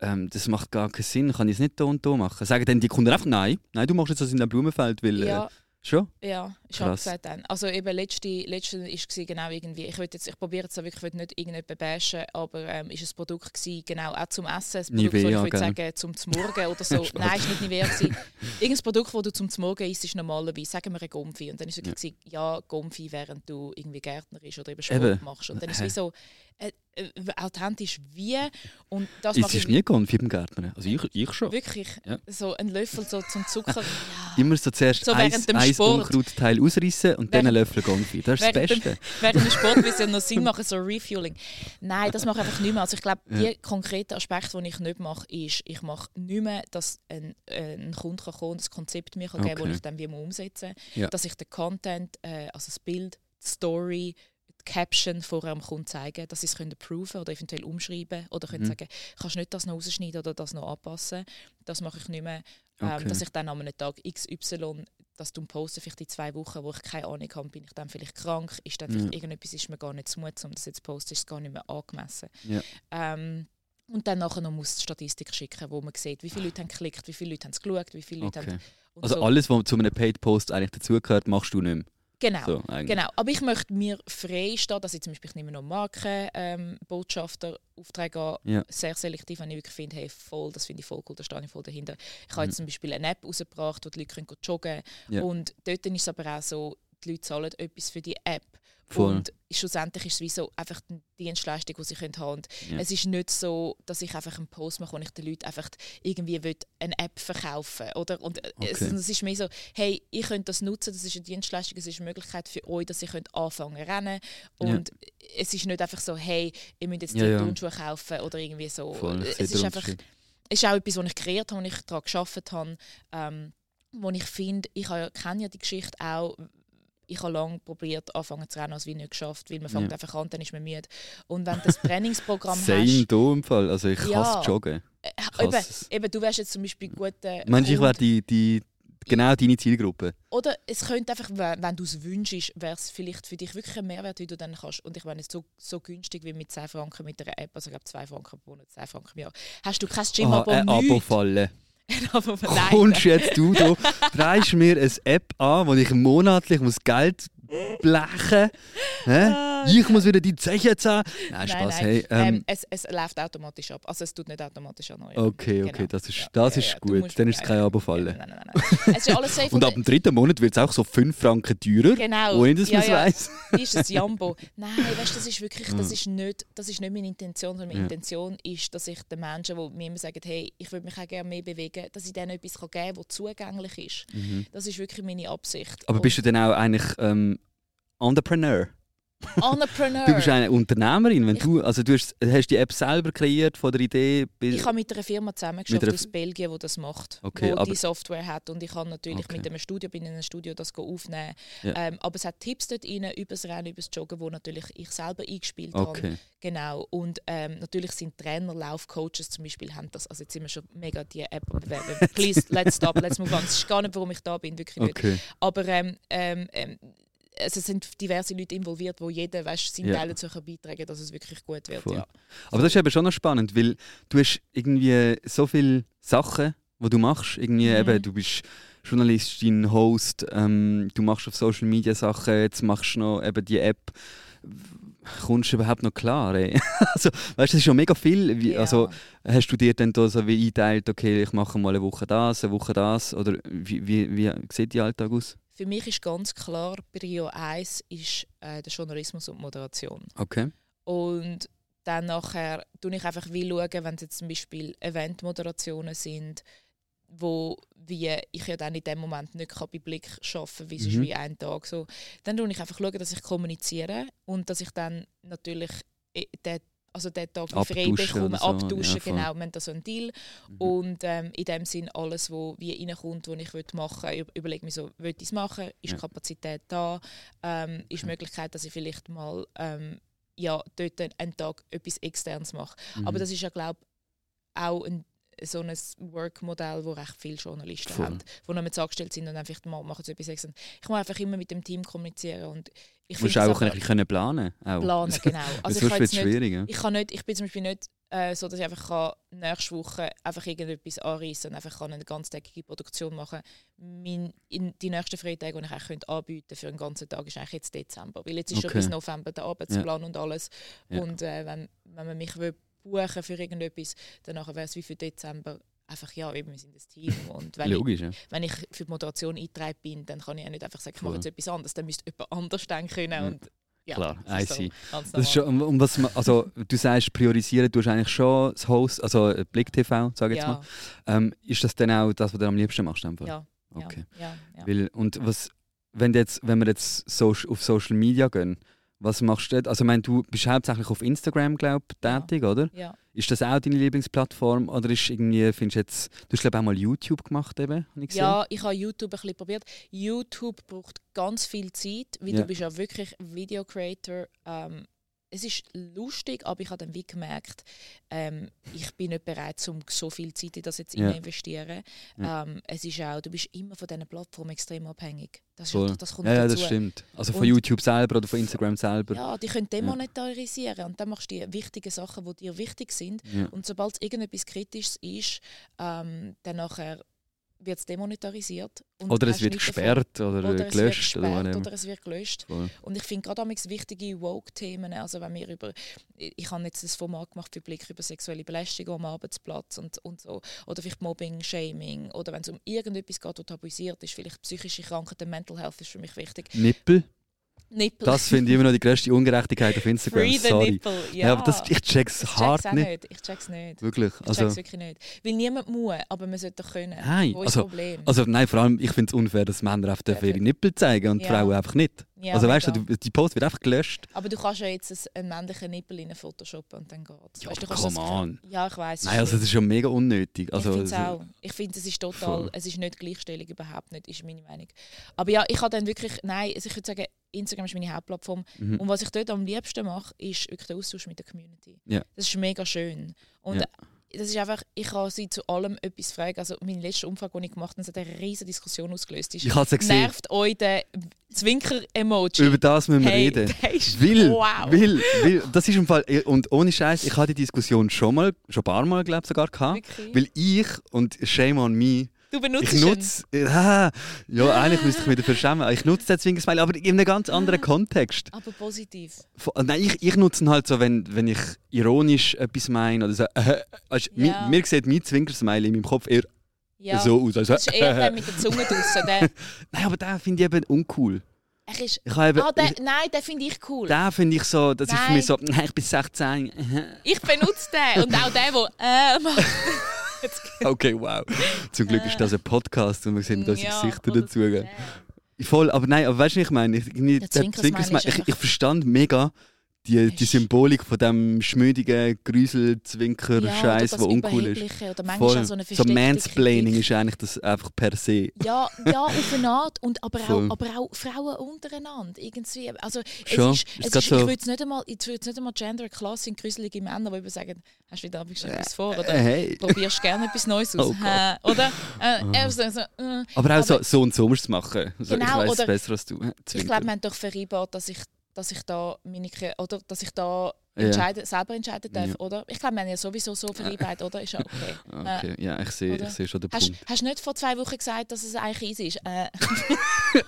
Speaker 2: ähm, das macht gar keinen Sinn, kann ich es nicht da und da machen? Sagen dann die Kunden einfach, nein, nein, du machst jetzt das in einem Blumenfeld, weil äh,
Speaker 3: Ja,
Speaker 2: schon.
Speaker 3: ja, ich
Speaker 2: Krass.
Speaker 3: habe gesagt dann. Also eben letzte, letzte ist gsi genau irgendwie. Ich will jetzt, ich probiere jetzt auch wirklich, ich will nicht irgendjemanden bashen, aber ähm, ist ein Produkt gsi genau auch zum Essen, ein Produkt,
Speaker 2: Nivea,
Speaker 3: wo ich würde
Speaker 2: gell?
Speaker 3: sagen zum Zmorgen oder so. Nein, ist nicht Nivea gewesen. Irgendein Produkt, das du zum Morgen isst, ist normalerweise, sagen wir, ein Gumpfi. Und dann ist es wirklich gewesen, ja, Gumpfi, während du irgendwie Gärtner bist oder eben Sport
Speaker 2: Eben.
Speaker 3: machst. Und dann ist es wie so äh, äh, authentisch wie. Und das
Speaker 2: Es
Speaker 3: mache ich
Speaker 2: ist nie gegangen, für den Gärtner. Also ich, ich schon.
Speaker 3: wirklich
Speaker 2: Ja.
Speaker 3: so einen Löffel so zum Zucker.
Speaker 2: Immer so zuerst
Speaker 3: So
Speaker 2: ein,
Speaker 3: während dem
Speaker 2: ein
Speaker 3: Sport.
Speaker 2: Unkrautteil ausreißen und dann einen
Speaker 3: Während-
Speaker 2: Löffel Gonfi. Das ist das
Speaker 3: Während dem-
Speaker 2: Beste.
Speaker 3: während dem Sport würde es ja noch Sinn machen, so Refueling. Nein, das mache ich einfach nicht mehr. Also ich glaube, die konkreten Aspekte, die ich nicht mache, ist, ich mache nicht mehr, dass ein, ein Kunde kann kommen und ein Konzept mir kann geben kann,
Speaker 2: Okay.
Speaker 3: das ich dann wie muss umsetzen muss.
Speaker 2: Ja.
Speaker 3: Dass ich den Content, äh, also das Bild, die Story, die Caption vorher am Kunden zeigen, dass sie es können approven oder eventuell umschreiben oder können
Speaker 2: Mhm.
Speaker 3: sagen, kannst nicht das noch rausschneiden oder das noch anpassen. Das mache ich nicht mehr.
Speaker 2: Okay.
Speaker 3: Ähm, dass ich dann an einem Tag XY, dass du posten vielleicht in zwei Wochen, wo ich keine Ahnung habe, bin ich dann vielleicht krank, ist dann
Speaker 2: Ja.
Speaker 3: vielleicht irgendetwas ist mir gar nicht zumut, um das jetzt zu posten, ist es gar nicht mehr angemessen.
Speaker 2: Ja.
Speaker 3: Ähm, und dann nachher noch muss die Statistik schicken, wo man sieht, wie viele Leute haben geklickt, wie viele Leute haben es geschaut, wie viele Leute
Speaker 2: Ah. Okay.
Speaker 3: haben... und
Speaker 2: Also
Speaker 3: so.
Speaker 2: alles, was zu einem Paid-Post eigentlich dazugehört, machst du nicht mehr.
Speaker 3: Genau.
Speaker 2: So, eigentlich.
Speaker 3: Genau, aber ich möchte mir frei stehen, dass ich zum Beispiel ich nehme noch Markenbotschafter ähm, Botschafter Aufträge an,
Speaker 2: Ja.
Speaker 3: sehr selektiv, wenn ich wirklich finde, hey, voll, das finde ich voll cool, da stehe ich voll dahinter. Ich habe jetzt zum Beispiel eine App rausgebracht, wo die Leute können gehen joggen können
Speaker 2: Mhm. Ja.
Speaker 3: und dort ist es aber auch so, die Leute zahlen etwas für die App.
Speaker 2: Voll.
Speaker 3: Und schlussendlich ist es wie so einfach die Dienstleistung, die sie können haben Und
Speaker 2: Ja.
Speaker 3: Es ist nicht so, dass ich einfach einen Post mache und ich den Leuten einfach irgendwie will eine App verkaufen oder? Und äh, es,
Speaker 2: Okay.
Speaker 3: es ist mehr so, hey, ihr könnt das nutzen, das ist eine Dienstleistung, es ist eine Möglichkeit für euch, dass ihr könnt anfangen zu rennen.
Speaker 2: Ja.
Speaker 3: Und es ist nicht einfach so, hey, ihr müsst jetzt
Speaker 2: Ja,
Speaker 3: die
Speaker 2: ja.
Speaker 3: Turnschuhe kaufen oder irgendwie so.
Speaker 2: Voll, ich
Speaker 3: Genau. es
Speaker 2: sehe
Speaker 3: ist
Speaker 2: den
Speaker 3: einfach
Speaker 2: Unterschied.
Speaker 3: ist auch etwas, was ich kreiert habe, wo ich daran gearbeitet habe, ähm, wo ich finde, ich habe ja- kenne ja die Geschichte auch, ich habe lange probiert, anfangen zu rennen, als wie nicht geschafft, weil man fängt
Speaker 2: Ja.
Speaker 3: einfach an, dann ist man müde. Und wenn du das Trainingsprogramm
Speaker 2: Same
Speaker 3: hast,
Speaker 2: du im Fall. Also ich
Speaker 3: Ja.
Speaker 2: hasse Joggen.
Speaker 3: äh, eben,
Speaker 2: es.
Speaker 3: eben, du wärst jetzt zum Beispiel gut... Äh,
Speaker 2: Meinst du, ich
Speaker 3: Hund.
Speaker 2: wäre die, die, genau deine Zielgruppe?
Speaker 3: Oder es könnte einfach, wenn wenn du es wünschst, wäre es vielleicht für dich wirklich ein Mehrwert, wie du dann kannst. Und ich meine, jetzt so, so günstig wie mit 10 Franken mit einer App, also ich glaube 2 Franken pro Monat, 10 Franken im Jahr, hast du kein Gym-Abo,
Speaker 2: ein Abo
Speaker 3: nichts.
Speaker 2: fallen.
Speaker 3: Ein Abo von- Nein.
Speaker 2: Kommst jetzt du da, dreist mir eine App an, wo ich monatlich muss Geld blechen muss. Ich muss wieder die Zeche zahlen. Nein, Spaß.
Speaker 3: Ah, nein.
Speaker 2: Hey,
Speaker 3: Ähm,
Speaker 2: ähm,
Speaker 3: es, es läuft automatisch ab. Also es tut nicht automatisch erneuern.
Speaker 2: okay, okay,
Speaker 3: Genau.
Speaker 2: das ist,
Speaker 3: Ja,
Speaker 2: das
Speaker 3: ja,
Speaker 2: ist
Speaker 3: ja, du
Speaker 2: gut.
Speaker 3: musst-
Speaker 2: Dann ist es
Speaker 3: ja,
Speaker 2: kein
Speaker 3: ja.
Speaker 2: Abo fallen.
Speaker 3: Nein, nein, nein, nein. Es ist ja alles safe.
Speaker 2: Und ab dem dritten Monat wird es auch so 5 Franken teurer,
Speaker 3: Genau.
Speaker 2: ohne dass
Speaker 3: Ja,
Speaker 2: man es
Speaker 3: ja.
Speaker 2: weiss.
Speaker 3: Wie ist das Jambo? Nein, weißt, du, das ist wirklich, das ist nicht, das ist nicht meine Intention. sondern Meine
Speaker 2: Hm. Ja.
Speaker 3: Intention ist, dass ich den Menschen, die mir immer sagen, hey, ich würde mich auch gerne mehr bewegen, dass ich denen etwas kann geben kann, das zugänglich ist. Das ist wirklich meine Absicht.
Speaker 2: Aber bist du dann auch eigentlich ähm, Entrepreneur?
Speaker 3: Entrepreneur?
Speaker 2: Du bist eine Unternehmerin. Wenn
Speaker 3: Ich-
Speaker 2: du, also du hast, hast die App selber kreiert, von der Idee bis.
Speaker 3: Ich habe mit einer Firma
Speaker 2: Mit
Speaker 3: zusammengeschafft
Speaker 2: einer
Speaker 3: aus Belgien, die das macht,
Speaker 2: Okay,
Speaker 3: wo
Speaker 2: aber-
Speaker 3: die Software hat. Und ich habe natürlich
Speaker 2: Okay.
Speaker 3: mit einem Studio, bin in einem Studio das go aufnehmen.
Speaker 2: Ja.
Speaker 3: Ähm, aber es hat Tipps dort rein, über das Rennen, über das Joggen, wo natürlich ich selber eingespielt habe.
Speaker 2: Okay.
Speaker 3: Genau. Und ähm, natürlich sind Trainer, Laufcoaches zum Beispiel, haben das, also jetzt sind wir schon mega die App am bewerben. Please, let's stop, let's move on. Das ist gar nicht, warum ich da bin, wirklich nicht.
Speaker 2: Okay.
Speaker 3: Aber ähm, ähm, ähm, also es sind diverse Leute involviert, wo jeder weißt, seinen
Speaker 2: Ja.
Speaker 3: Teil dazu kann beitragen kann, dass es wirklich gut wird.
Speaker 2: Voll.
Speaker 3: Ja.
Speaker 2: Aber das ist eben schon noch spannend, weil du hast irgendwie so viele Sachen, die du machst. Irgendwie
Speaker 3: Mhm.
Speaker 2: eben, du bist Journalistin, Host, ähm, du machst auf Social Media Sachen, jetzt machst du noch eben die App. Kommst du überhaupt noch klar? Ey? Also, weißt du, das ist schon mega viel. Wie,
Speaker 3: Ja.
Speaker 2: Also, hast du dir dann da so wie eingeteilt, okay, ich mache mal eine Woche das, eine Woche das? Oder wie, wie, wie sieht dein Alltag aus?
Speaker 3: Für mich ist ganz klar, Prio 1 ist äh, der Journalismus und die Moderation.
Speaker 2: Okay.
Speaker 3: Und dann nachher schaue ich einfach, wie schauen, wenn es jetzt zum Beispiel Eventmoderationen sind, wo wie ich ja dann in dem Moment nicht kann bei Blick schaffen, wie es ist
Speaker 2: Mhm.
Speaker 3: wie ein Tag so, dann schaue ich einfach schauen, dass ich kommuniziere und dass ich dann natürlich eh, den, also den Tag wie frei
Speaker 2: Abduschen
Speaker 3: bekomme,
Speaker 2: oder so,
Speaker 3: abduschen,
Speaker 2: ja, voll.
Speaker 3: genau, wir haben da so einen Deal und ähm, in dem Sinn alles, wo wie reinkommt, was ich will machen will, überlege mir so, will ich es machen,
Speaker 2: Ja.
Speaker 3: ist
Speaker 2: Genau.
Speaker 3: Kapazität da, ähm, ist die Möglichkeit, dass ich vielleicht mal ähm, ja, dort einen- einen Tag etwas Externes mache.
Speaker 2: Mhm.
Speaker 3: Aber das ist ja, glaube ich, auch ein, so ein Work-Modell, wo recht viele Journalisten
Speaker 2: Voll.
Speaker 3: haben, die noch mit angestellt sind und dann vielleicht mal machen sie etwas Externes. Ich muss einfach immer mit dem Team kommunizieren und ich
Speaker 2: Du musst
Speaker 3: finde das
Speaker 2: auch ein
Speaker 3: aber-
Speaker 2: bisschen können planen können.
Speaker 3: planen, genau.
Speaker 2: Also,
Speaker 3: Also
Speaker 2: sonst
Speaker 3: ich, kann
Speaker 2: wird es
Speaker 3: jetzt nicht,
Speaker 2: schwierig. Ja?
Speaker 3: ich, kann nicht, ich bin zum Beispiel nicht äh, so, dass ich einfach kann, nächste Woche einfach irgendetwas anreissen und einfach kann eine ganztägige Produktion machen mein, in Die nächsten Freitage, die ich eigentlich könnte anbieten für einen ganzen Tag, ist eigentlich jetzt Dezember. Weil jetzt ist schon
Speaker 2: Okay.
Speaker 3: bis November der Arbeitsplan und alles.
Speaker 2: Ja.
Speaker 3: Und äh, wenn, wenn man mich will buchen für irgendetwas, dann wäre es wie für Dezember einfach, ja, eben, wir sind ein Team. Und wenn ich
Speaker 2: Logisch, ja.
Speaker 3: wenn ich für die Moderation eingetragen bin, dann kann ich ja nicht einfach sagen, ich mache
Speaker 2: Voll.
Speaker 3: jetzt etwas anderes. Dann müsste jemand anders denken können.
Speaker 2: Ja.
Speaker 3: Und, ja,
Speaker 2: Klar,
Speaker 3: das ist
Speaker 2: I see.
Speaker 3: So ganz normal.
Speaker 2: Das ist schon, um, um was man, also, du sagst, priorisieren tust du eigentlich schon das Host, also äh, Blick TV, sag ich jetzt
Speaker 3: ja,
Speaker 2: mal. Ähm, ist das dann auch das, was du am liebsten machst? Einfach?
Speaker 3: ja, ja,
Speaker 2: Okay.
Speaker 3: ja, ja.
Speaker 2: Weil, und was, wenn, du jetzt, wenn wir jetzt so, auf Social Media gehen, was machst du dort? Also, ich meine, du bist hauptsächlich auf Instagram, glaube ich,
Speaker 3: Ja.
Speaker 2: tätig, oder?
Speaker 3: ja.
Speaker 2: Ist das auch deine Lieblingsplattform? Oder ist irgendwie, findest du jetzt, du hast, glaube ich, auch mal YouTube gemacht, eben, habe ich gesehen.
Speaker 3: Ja, ich habe YouTube ein bisschen probiert. YouTube braucht ganz viel Zeit, weil
Speaker 2: Ja.
Speaker 3: du bist ja wirklich Video Creator. Ähm, es ist lustig, aber ich habe dann wie gemerkt, ähm, ich bin nicht bereit, um so viel Zeit in das jetzt
Speaker 2: Ja.
Speaker 3: zu investieren.
Speaker 2: Ja.
Speaker 3: Ähm, es ist auch, du bist immer von diesen Plattformen extrem abhängig. Das, ist,
Speaker 2: Voll.
Speaker 3: einfach- das kommt
Speaker 2: ja, ja,
Speaker 3: dazu.
Speaker 2: das stimmt. Also von
Speaker 3: Und-
Speaker 2: YouTube selber oder von Instagram selber.
Speaker 3: Ja, die können demonetarisieren und dann machst du die wichtigen Sachen, die dir wichtig sind.
Speaker 2: Ja.
Speaker 3: Und sobald es irgendetwas Kritisches ist, ähm, dann nachher wird es demonetarisiert. und
Speaker 2: Oder es
Speaker 3: hast
Speaker 2: wird
Speaker 3: nichts davon.
Speaker 2: gesperrt oder,
Speaker 3: Oder es wird
Speaker 2: gelöscht. Oder
Speaker 3: gesperrt
Speaker 2: whatever.
Speaker 3: oder es wird gelöscht.
Speaker 2: Voll.
Speaker 3: Und ich finde gerade damals wichtige Woke-Themen, also wenn wir über, ich, ich habe jetzt ein Format gemacht für Blick über sexuelle Belästigung am Arbeitsplatz und, und so, oder vielleicht Mobbing, Shaming, oder wenn es um irgendetwas geht, was tabuisiert ist, vielleicht psychische Krankheiten, Mental Health ist für mich wichtig.
Speaker 2: Nippel,
Speaker 3: Nippel.
Speaker 2: das finde ich immer noch die grösste Ungerechtigkeit auf Instagram.
Speaker 3: Free the
Speaker 2: Sorry.
Speaker 3: Nipple, ja.
Speaker 2: Ja, aber das, ich check's
Speaker 3: Ich check's
Speaker 2: hart
Speaker 3: auch
Speaker 2: nicht.
Speaker 3: Ich check's nicht.
Speaker 2: Wirklich.
Speaker 3: Ich
Speaker 2: Also,
Speaker 3: check's wirklich nicht. Weil niemand muss, aber man sollte doch können.
Speaker 2: Nein,
Speaker 3: Wo ist
Speaker 2: also-
Speaker 3: das Problem?
Speaker 2: also nein, vor allem, ich finde es unfair, dass Männer einfach dürfen ihre Nippel zeigen und
Speaker 3: Ja.
Speaker 2: Frauen einfach nicht.
Speaker 3: Ja,
Speaker 2: also weißt du,
Speaker 3: mega.
Speaker 2: die Post wird einfach gelöscht.
Speaker 3: aber du kannst ja jetzt ein- einen männlichen Nippel in Photoshoppen und dann geht's.
Speaker 2: Ja,
Speaker 3: Weißt du, du kannst
Speaker 2: come
Speaker 3: das-
Speaker 2: on.
Speaker 3: Ja, ich weiß.
Speaker 2: Nein, also das ist schon mega unnötig. Also,
Speaker 3: ich finde es
Speaker 2: also-
Speaker 3: auch. Ich finde, es ist total,
Speaker 2: Voll.
Speaker 3: es ist nicht Gleichstellung, überhaupt nicht, ist meine Meinung. Aber ja, ich habe dann wirklich, nein, also ich würde sagen, Instagram ist meine Hauptplattform.
Speaker 2: Mhm.
Speaker 3: Und was ich dort am liebsten mache, ist wirklich der Austausch mit der Community.
Speaker 2: Ja.
Speaker 3: Das ist mega schön. Und
Speaker 2: Ja.
Speaker 3: das ist einfach, ich kann sie zu allem etwas fragen. Also meine letzte Umfrage, die ich gemacht habe, das hat eine riesige Diskussion ausgelöst. Ist,
Speaker 2: Ich habe es gesehen.
Speaker 3: nervt euch der Zwinker-Emoji?
Speaker 2: Über das müssen wir
Speaker 3: Hey,
Speaker 2: reden.
Speaker 3: der ist-
Speaker 2: Will,
Speaker 3: wow.
Speaker 2: will, will. Das ist im Fall äh, und ohne Scheiß. Ich hatte die Diskussion schon mal, schon ein paar Mal glaube sogar gehabt,
Speaker 3: Wirklich?
Speaker 2: weil ich und Shame on me.
Speaker 3: Du
Speaker 2: Ich
Speaker 3: benutzt ihn.
Speaker 2: nutze, ah, ja, eigentlich müsste ich mich dafür schämen. Ich nutze den Zwinkersmiley, aber in einem ganz anderen
Speaker 3: Ah.
Speaker 2: Kontext.
Speaker 3: Aber positiv.
Speaker 2: Von- also Nein, ich, ich nutze ihn halt so, wenn, wenn ich ironisch etwas meine oder so. Äh, also, mir,
Speaker 3: Ja.
Speaker 2: mir sieht mein Zwinkersmiley in meinem Kopf eher
Speaker 3: Ja.
Speaker 2: so aus. Also,
Speaker 3: Das ist eher der mit der Zunge draussen. Der,
Speaker 2: Nein, aber den finde ich eben uncool.
Speaker 3: er ist
Speaker 2: Ich habe eben,
Speaker 3: Ah, den, nein, den finde ich cool.
Speaker 2: den finde ich so, das ist für mich so,
Speaker 3: Nein.
Speaker 2: nein, ich bin 16.
Speaker 3: Ich benutze den. Und auch den, der äh, macht.
Speaker 2: Okay, wow. Zum Glück ist das ein Podcast und wir sehen unsere
Speaker 3: Äh. Ja,
Speaker 2: Gesichter
Speaker 3: oder
Speaker 2: dazu.
Speaker 3: der.
Speaker 2: Voll, aber nein, aber weißt du, was ich meine, ich, ich, der
Speaker 3: Zwinkersmiley
Speaker 2: Zwinkersmiley-
Speaker 3: ist
Speaker 2: ich,
Speaker 3: einfach-
Speaker 2: ich verstand mega die, die
Speaker 3: Weisst-
Speaker 2: Symbolik von dem schmüdigen
Speaker 3: Ja,
Speaker 2: Grüsel-Zwinker-Scheiß,
Speaker 3: oder das
Speaker 2: der uncool ist.
Speaker 3: Überhebliche Oder manchmal
Speaker 2: Voll.
Speaker 3: auch so eine
Speaker 2: so
Speaker 3: versteckte
Speaker 2: Mansplaining
Speaker 3: Kritik.
Speaker 2: ist eigentlich das einfach per se.
Speaker 3: Ja, ja, auf eine Art. Und aber,
Speaker 2: Voll.
Speaker 3: auch, aber auch Frauen untereinander. Irgendwie. Also, es
Speaker 2: Schon.
Speaker 3: ist,
Speaker 2: Ist
Speaker 3: es
Speaker 2: grad
Speaker 3: ist,
Speaker 2: so-
Speaker 3: Ich würde es nicht einmal, ich würd's nicht einmal Gender Class sind gruselige Männer, die eben sagen, hast du wieder abends etwas vor? Oder
Speaker 2: Äh, Hey.
Speaker 3: probierst gerne etwas Neues
Speaker 2: Oh
Speaker 3: aus?
Speaker 2: Gott. Ah.
Speaker 3: Hä? oder? Äh, er so, so, äh,
Speaker 2: Aber auch so,
Speaker 3: Aber-
Speaker 2: so und so musst du es machen. Also,
Speaker 3: Genau,
Speaker 2: ich weiß es
Speaker 3: oder-
Speaker 2: besser als du. Äh,
Speaker 3: ich
Speaker 2: Zwinker.
Speaker 3: glaube, wir haben doch vereinbart, dass ich, dass ich da meine, Kre- oder dass ich da
Speaker 2: Ja.
Speaker 3: entscheiden, selber entscheiden darf,
Speaker 2: Ja.
Speaker 3: oder? Ich glaube, wir haben ja sowieso so vereinbart, oder? Ist ja okay.
Speaker 2: Ah, Okay, ja, ich sehe
Speaker 3: äh, oder?
Speaker 2: ich sehe schon den
Speaker 3: Hast
Speaker 2: Punkt.
Speaker 3: hast du nicht vor zwei Wochen gesagt, dass es eigentlich easy ist? Äh.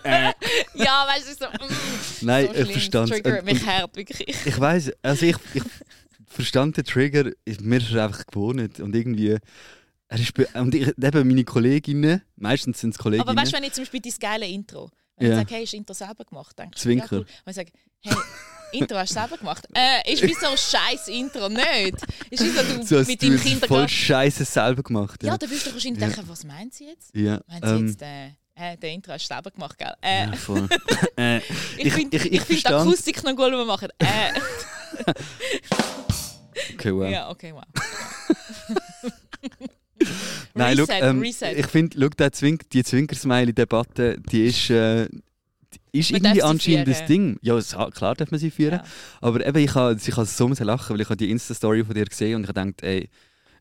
Speaker 2: Äh.
Speaker 3: ja, weißt du, so, mm,
Speaker 2: Nein,
Speaker 3: so
Speaker 2: ich äh, verstand
Speaker 3: triggert mich hart, wirklich.
Speaker 2: Ich weiß, also ich, ich verstand den Trigger, ich- mir ist er einfach gewohnt und irgendwie er ist be- und ich, eben meine Kolleginnen, meistens sind es Kolleginnen.
Speaker 3: Aber weißt du, wenn ich zum Beispiel dein geile Intro, wenn
Speaker 2: Ja.
Speaker 3: ich sage, hey, ist Intro selber gemacht, denkst du,
Speaker 2: Zwinker.
Speaker 3: Ja, cool. Und ich sage, hey, Intro hast du selber gemacht. Äh, ist wieso ein scheiß Intro nicht? Ist wieso du
Speaker 2: so, als
Speaker 3: mit
Speaker 2: du
Speaker 3: deinem
Speaker 2: es voll
Speaker 3: Kindergarten.
Speaker 2: Scheiße selber gemacht.
Speaker 3: Ja,
Speaker 2: Ja,
Speaker 3: da wirst du wahrscheinlich
Speaker 2: Ja.
Speaker 3: denken, was meint sie jetzt?
Speaker 2: ja.
Speaker 3: Meint sie
Speaker 2: ähm,
Speaker 3: jetzt, äh, äh, den Intro hast du selber gemacht, gell? Äh,
Speaker 2: ja, voll. äh,
Speaker 3: ich finde
Speaker 2: ich- ich
Speaker 3: ich, find die
Speaker 2: verstand.
Speaker 3: Akustik noch gut, die wir machen. Äh,
Speaker 2: okay, wow.
Speaker 3: ja, okay, wow.
Speaker 2: Nein,
Speaker 3: Reset,
Speaker 2: schau, ähm,
Speaker 3: Reset.
Speaker 2: ich finde, schau, der Zwink, die Zwinkersmiley-Debatte, die ist, äh, die ist irgendwie
Speaker 3: Man darf sie
Speaker 2: anscheinend das
Speaker 3: führen.
Speaker 2: Ding. Ja, es- klar darf man sie führen.
Speaker 3: Ja.
Speaker 2: Aber eben, ich habe ich habe so müssen lachen, weil ich habe die Insta-Story von dir gesehen und ich habe gedacht, ey,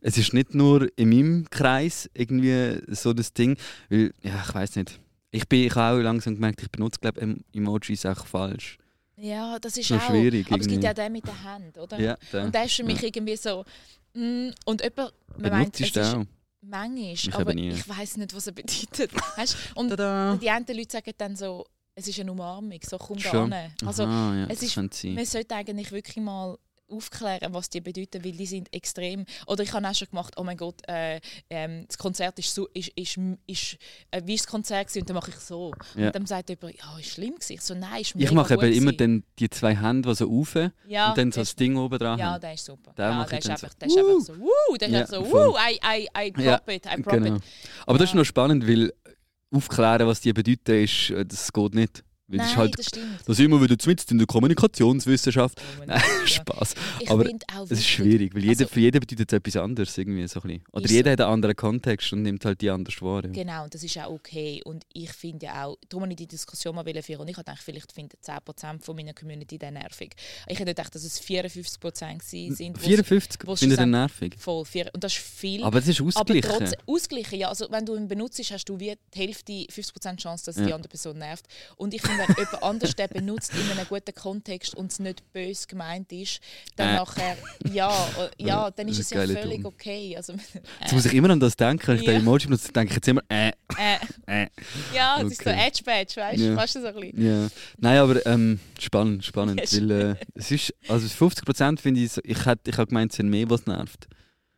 Speaker 2: es ist nicht nur in meinem Kreis irgendwie so das Ding, weil, ja, ich weiß nicht. Ich, bin, ich habe auch langsam gemerkt, ich benutze, glaube em Emojis auch falsch.
Speaker 3: ja, das ist
Speaker 2: Noch
Speaker 3: auch.
Speaker 2: schwierig
Speaker 3: aber es gibt
Speaker 2: irgendwie.
Speaker 3: ja den mit den Händen, oder?
Speaker 2: Ah, Ja, der.
Speaker 3: Und der ist für mich irgendwie so. mm, Und jemand man meint,
Speaker 2: Benutzt
Speaker 3: es
Speaker 2: ist
Speaker 3: ist
Speaker 2: der auch.
Speaker 3: manchmal,
Speaker 2: Ich
Speaker 3: aber
Speaker 2: eben nie.
Speaker 3: ich weiß nicht, was er bedeutet. Weißt? Und
Speaker 2: Tada!
Speaker 3: die anderen Leute sagen dann so, es ist eine Umarmung, so komm da
Speaker 2: Schon.
Speaker 3: hin. Also,
Speaker 2: Aha, ja,
Speaker 3: es
Speaker 2: das
Speaker 3: ist-
Speaker 2: könnte sein.
Speaker 3: Man sollte eigentlich wirklich mal aufklären, was die bedeuten, weil die sind extrem. Oder ich habe auch schon gemacht, oh mein Gott, äh, ähm, das Konzert ist so, ist, ist, ist, äh, wie ist das Konzert gewesen? und dann mache ich so.
Speaker 2: Ja.
Speaker 3: Und dann sagt jemand, ja, ist schlimm gewesen. Ich so, nein, ist
Speaker 2: Ich
Speaker 3: mega
Speaker 2: mache
Speaker 3: gut
Speaker 2: eben immer
Speaker 3: gewesen.
Speaker 2: dann die zwei Hände, die so rauf
Speaker 3: ja,
Speaker 2: und dann so
Speaker 3: der
Speaker 2: das Ding oben dran.
Speaker 3: ist, Ja,
Speaker 2: haben.
Speaker 3: der ist super.
Speaker 2: Den
Speaker 3: ja,
Speaker 2: mache ich
Speaker 3: der ist
Speaker 2: dann so,
Speaker 3: einfach, der ist einfach so, wuh, der ist
Speaker 2: Ja,
Speaker 3: einfach so,
Speaker 2: voll.
Speaker 3: wuh, I, I, I prop
Speaker 2: Ja,
Speaker 3: it, I prop
Speaker 2: genau.
Speaker 3: it.
Speaker 2: Aber das ist
Speaker 3: Ja.
Speaker 2: noch spannend, weil aufklären, was die bedeuten, ist, äh, das geht nicht. Weil das
Speaker 3: Nein,
Speaker 2: ist halt,
Speaker 3: das stimmt.
Speaker 2: da sind wir wieder mitten in der Kommunikationswissenschaft. Nein,
Speaker 3: Ja.
Speaker 2: Spaß.
Speaker 3: Ich
Speaker 2: aber
Speaker 3: finde auch
Speaker 2: Es ist
Speaker 3: wichtig-
Speaker 2: schwierig, weil jeder,
Speaker 3: Also-
Speaker 2: für jeden bedeutet es etwas anderes. Irgendwie so ein bisschen. Oder
Speaker 3: Ist
Speaker 2: jeder hat einen anderen Kontext und nimmt halt die anders wahr. Ja.
Speaker 3: Genau, und das ist auch okay. Und ich finde ja auch, darum wollte ich die Diskussion mal führen. Und ich dachte, vielleicht finden 10% von meiner Community den nervig. Ich hätte gedacht, dass es 54% gewesen sind. wo's-
Speaker 2: 54
Speaker 3: wo's
Speaker 2: finde ich dann
Speaker 3: schlussendlich-
Speaker 2: nervig.
Speaker 3: Voll, vier, und das ist viel.
Speaker 2: Aber es ist
Speaker 3: aber
Speaker 2: ausgeglichen.
Speaker 3: trotzdem, ausgleichen, ja. Also wenn du ihn benutzt, hast du wie die Hälfte, 50% Chance, dass
Speaker 2: Ja.
Speaker 3: die andere Person nervt. Und ich finde Und wenn jemand anders den benutzt in einem guten Kontext und es nicht böse gemeint ist, dann
Speaker 2: Äh.
Speaker 3: nachher, ja, äh, ja, dann ist
Speaker 2: Das
Speaker 3: es
Speaker 2: ist
Speaker 3: ja
Speaker 2: geile
Speaker 3: völlig
Speaker 2: Ton.
Speaker 3: okay. Also,
Speaker 2: Jetzt muss ich immer an das denken, wenn ich
Speaker 3: Ja.
Speaker 2: den Emoji benutze, denke ich jetzt immer, äh,
Speaker 3: äh,
Speaker 2: äh.
Speaker 3: ja, das ist so
Speaker 2: Okay.
Speaker 3: Edge-Badge, weißt
Speaker 2: Ja.
Speaker 3: du? Fast so ein bisschen.
Speaker 2: Ja. Nein, aber ähm, spannend, spannend.
Speaker 3: Ja,
Speaker 2: weil, äh, es ist, also 50% finde ich, so- ich hätte ich hab gemeint, es sind mehr, was nervt.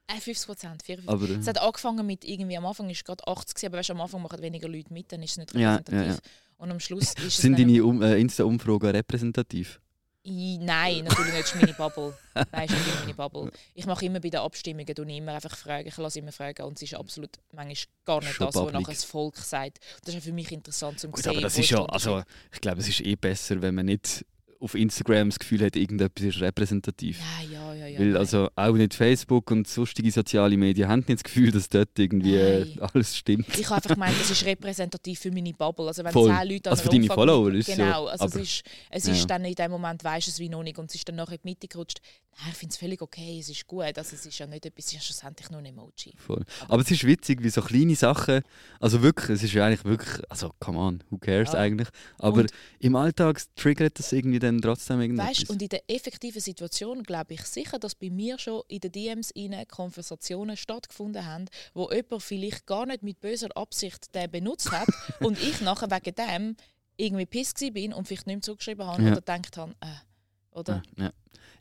Speaker 3: Äh, 50 Prozent, 54
Speaker 2: Aber, äh,
Speaker 3: Es hat angefangen mit irgendwie, am Anfang ist es gerade 80, gewesen, aber weißt, du, am Anfang machen weniger Leute mit, dann ist es nicht
Speaker 2: Ja,
Speaker 3: repräsentativ.
Speaker 2: ja, ja.
Speaker 3: Und am Schluss ist es.
Speaker 2: sind
Speaker 3: dann-
Speaker 2: deine um äh, Insta-Umfragen repräsentativ?
Speaker 3: I- Nein, natürlich nicht, das ist meine Bubble. Nein, ist nicht meine Bubble. Ich mache immer bei den Abstimmungen tue ich immer einfach Fragen, ich lasse immer Fragen und es ist absolut manchmal gar nicht
Speaker 2: Schon
Speaker 3: das, was
Speaker 2: public.
Speaker 3: nachher das Volk sagt. Das ist auch für mich interessant zum
Speaker 2: Gut,
Speaker 3: sehen.
Speaker 2: aber das
Speaker 3: wo
Speaker 2: ist ja,
Speaker 3: steht.
Speaker 2: also ich glaube, es ist eh besser, wenn man nicht auf Instagram das Gefühl hat, irgendetwas ist repräsentativ.
Speaker 3: Ja, ja, ja, ja.
Speaker 2: Weil
Speaker 3: nein.
Speaker 2: also auch nicht Facebook und sonstige soziale Medien haben nicht das Gefühl, dass dort irgendwie äh,
Speaker 3: Nein.
Speaker 2: alles stimmt.
Speaker 3: ich habe einfach gemeint, das ist repräsentativ für meine Bubble. Also wenn
Speaker 2: Voll.
Speaker 3: zehn Leute an
Speaker 2: Also für
Speaker 3: einer
Speaker 2: deine
Speaker 3: Umfrage
Speaker 2: Follower
Speaker 3: mit-
Speaker 2: ist es ja,
Speaker 3: Genau, also es
Speaker 2: aber-
Speaker 3: ist, es ist
Speaker 2: Ja.
Speaker 3: dann in dem Moment, weisst du es wie noch nicht und es ist dann nachher in die Mitte gerutscht. Nein, ich finde es völlig okay, es ist gut. Also es ist ja nicht etwas, es ist schlussendlich nur ein Emoji.
Speaker 2: Voll. Aber es ist witzig, wie so kleine Sachen, also wirklich, es ist ja eigentlich wirklich, also come on, who cares
Speaker 3: Ja.
Speaker 2: eigentlich? Aber
Speaker 3: Und-
Speaker 2: im Alltag triggert das irgendwie dann trotzdem irgendwas.
Speaker 3: Weißt, und in der effektiven Situation glaube ich sicher, dass bei mir schon in den DMs rein Konversationen stattgefunden haben, wo jemand vielleicht gar nicht mit böser Absicht den benutzt hat und ich nachher wegen dem irgendwie piss gsi bin und vielleicht nicht mehr zugeschrieben habe
Speaker 2: Ja.
Speaker 3: oder gedacht habe, äh, oder?
Speaker 2: ja,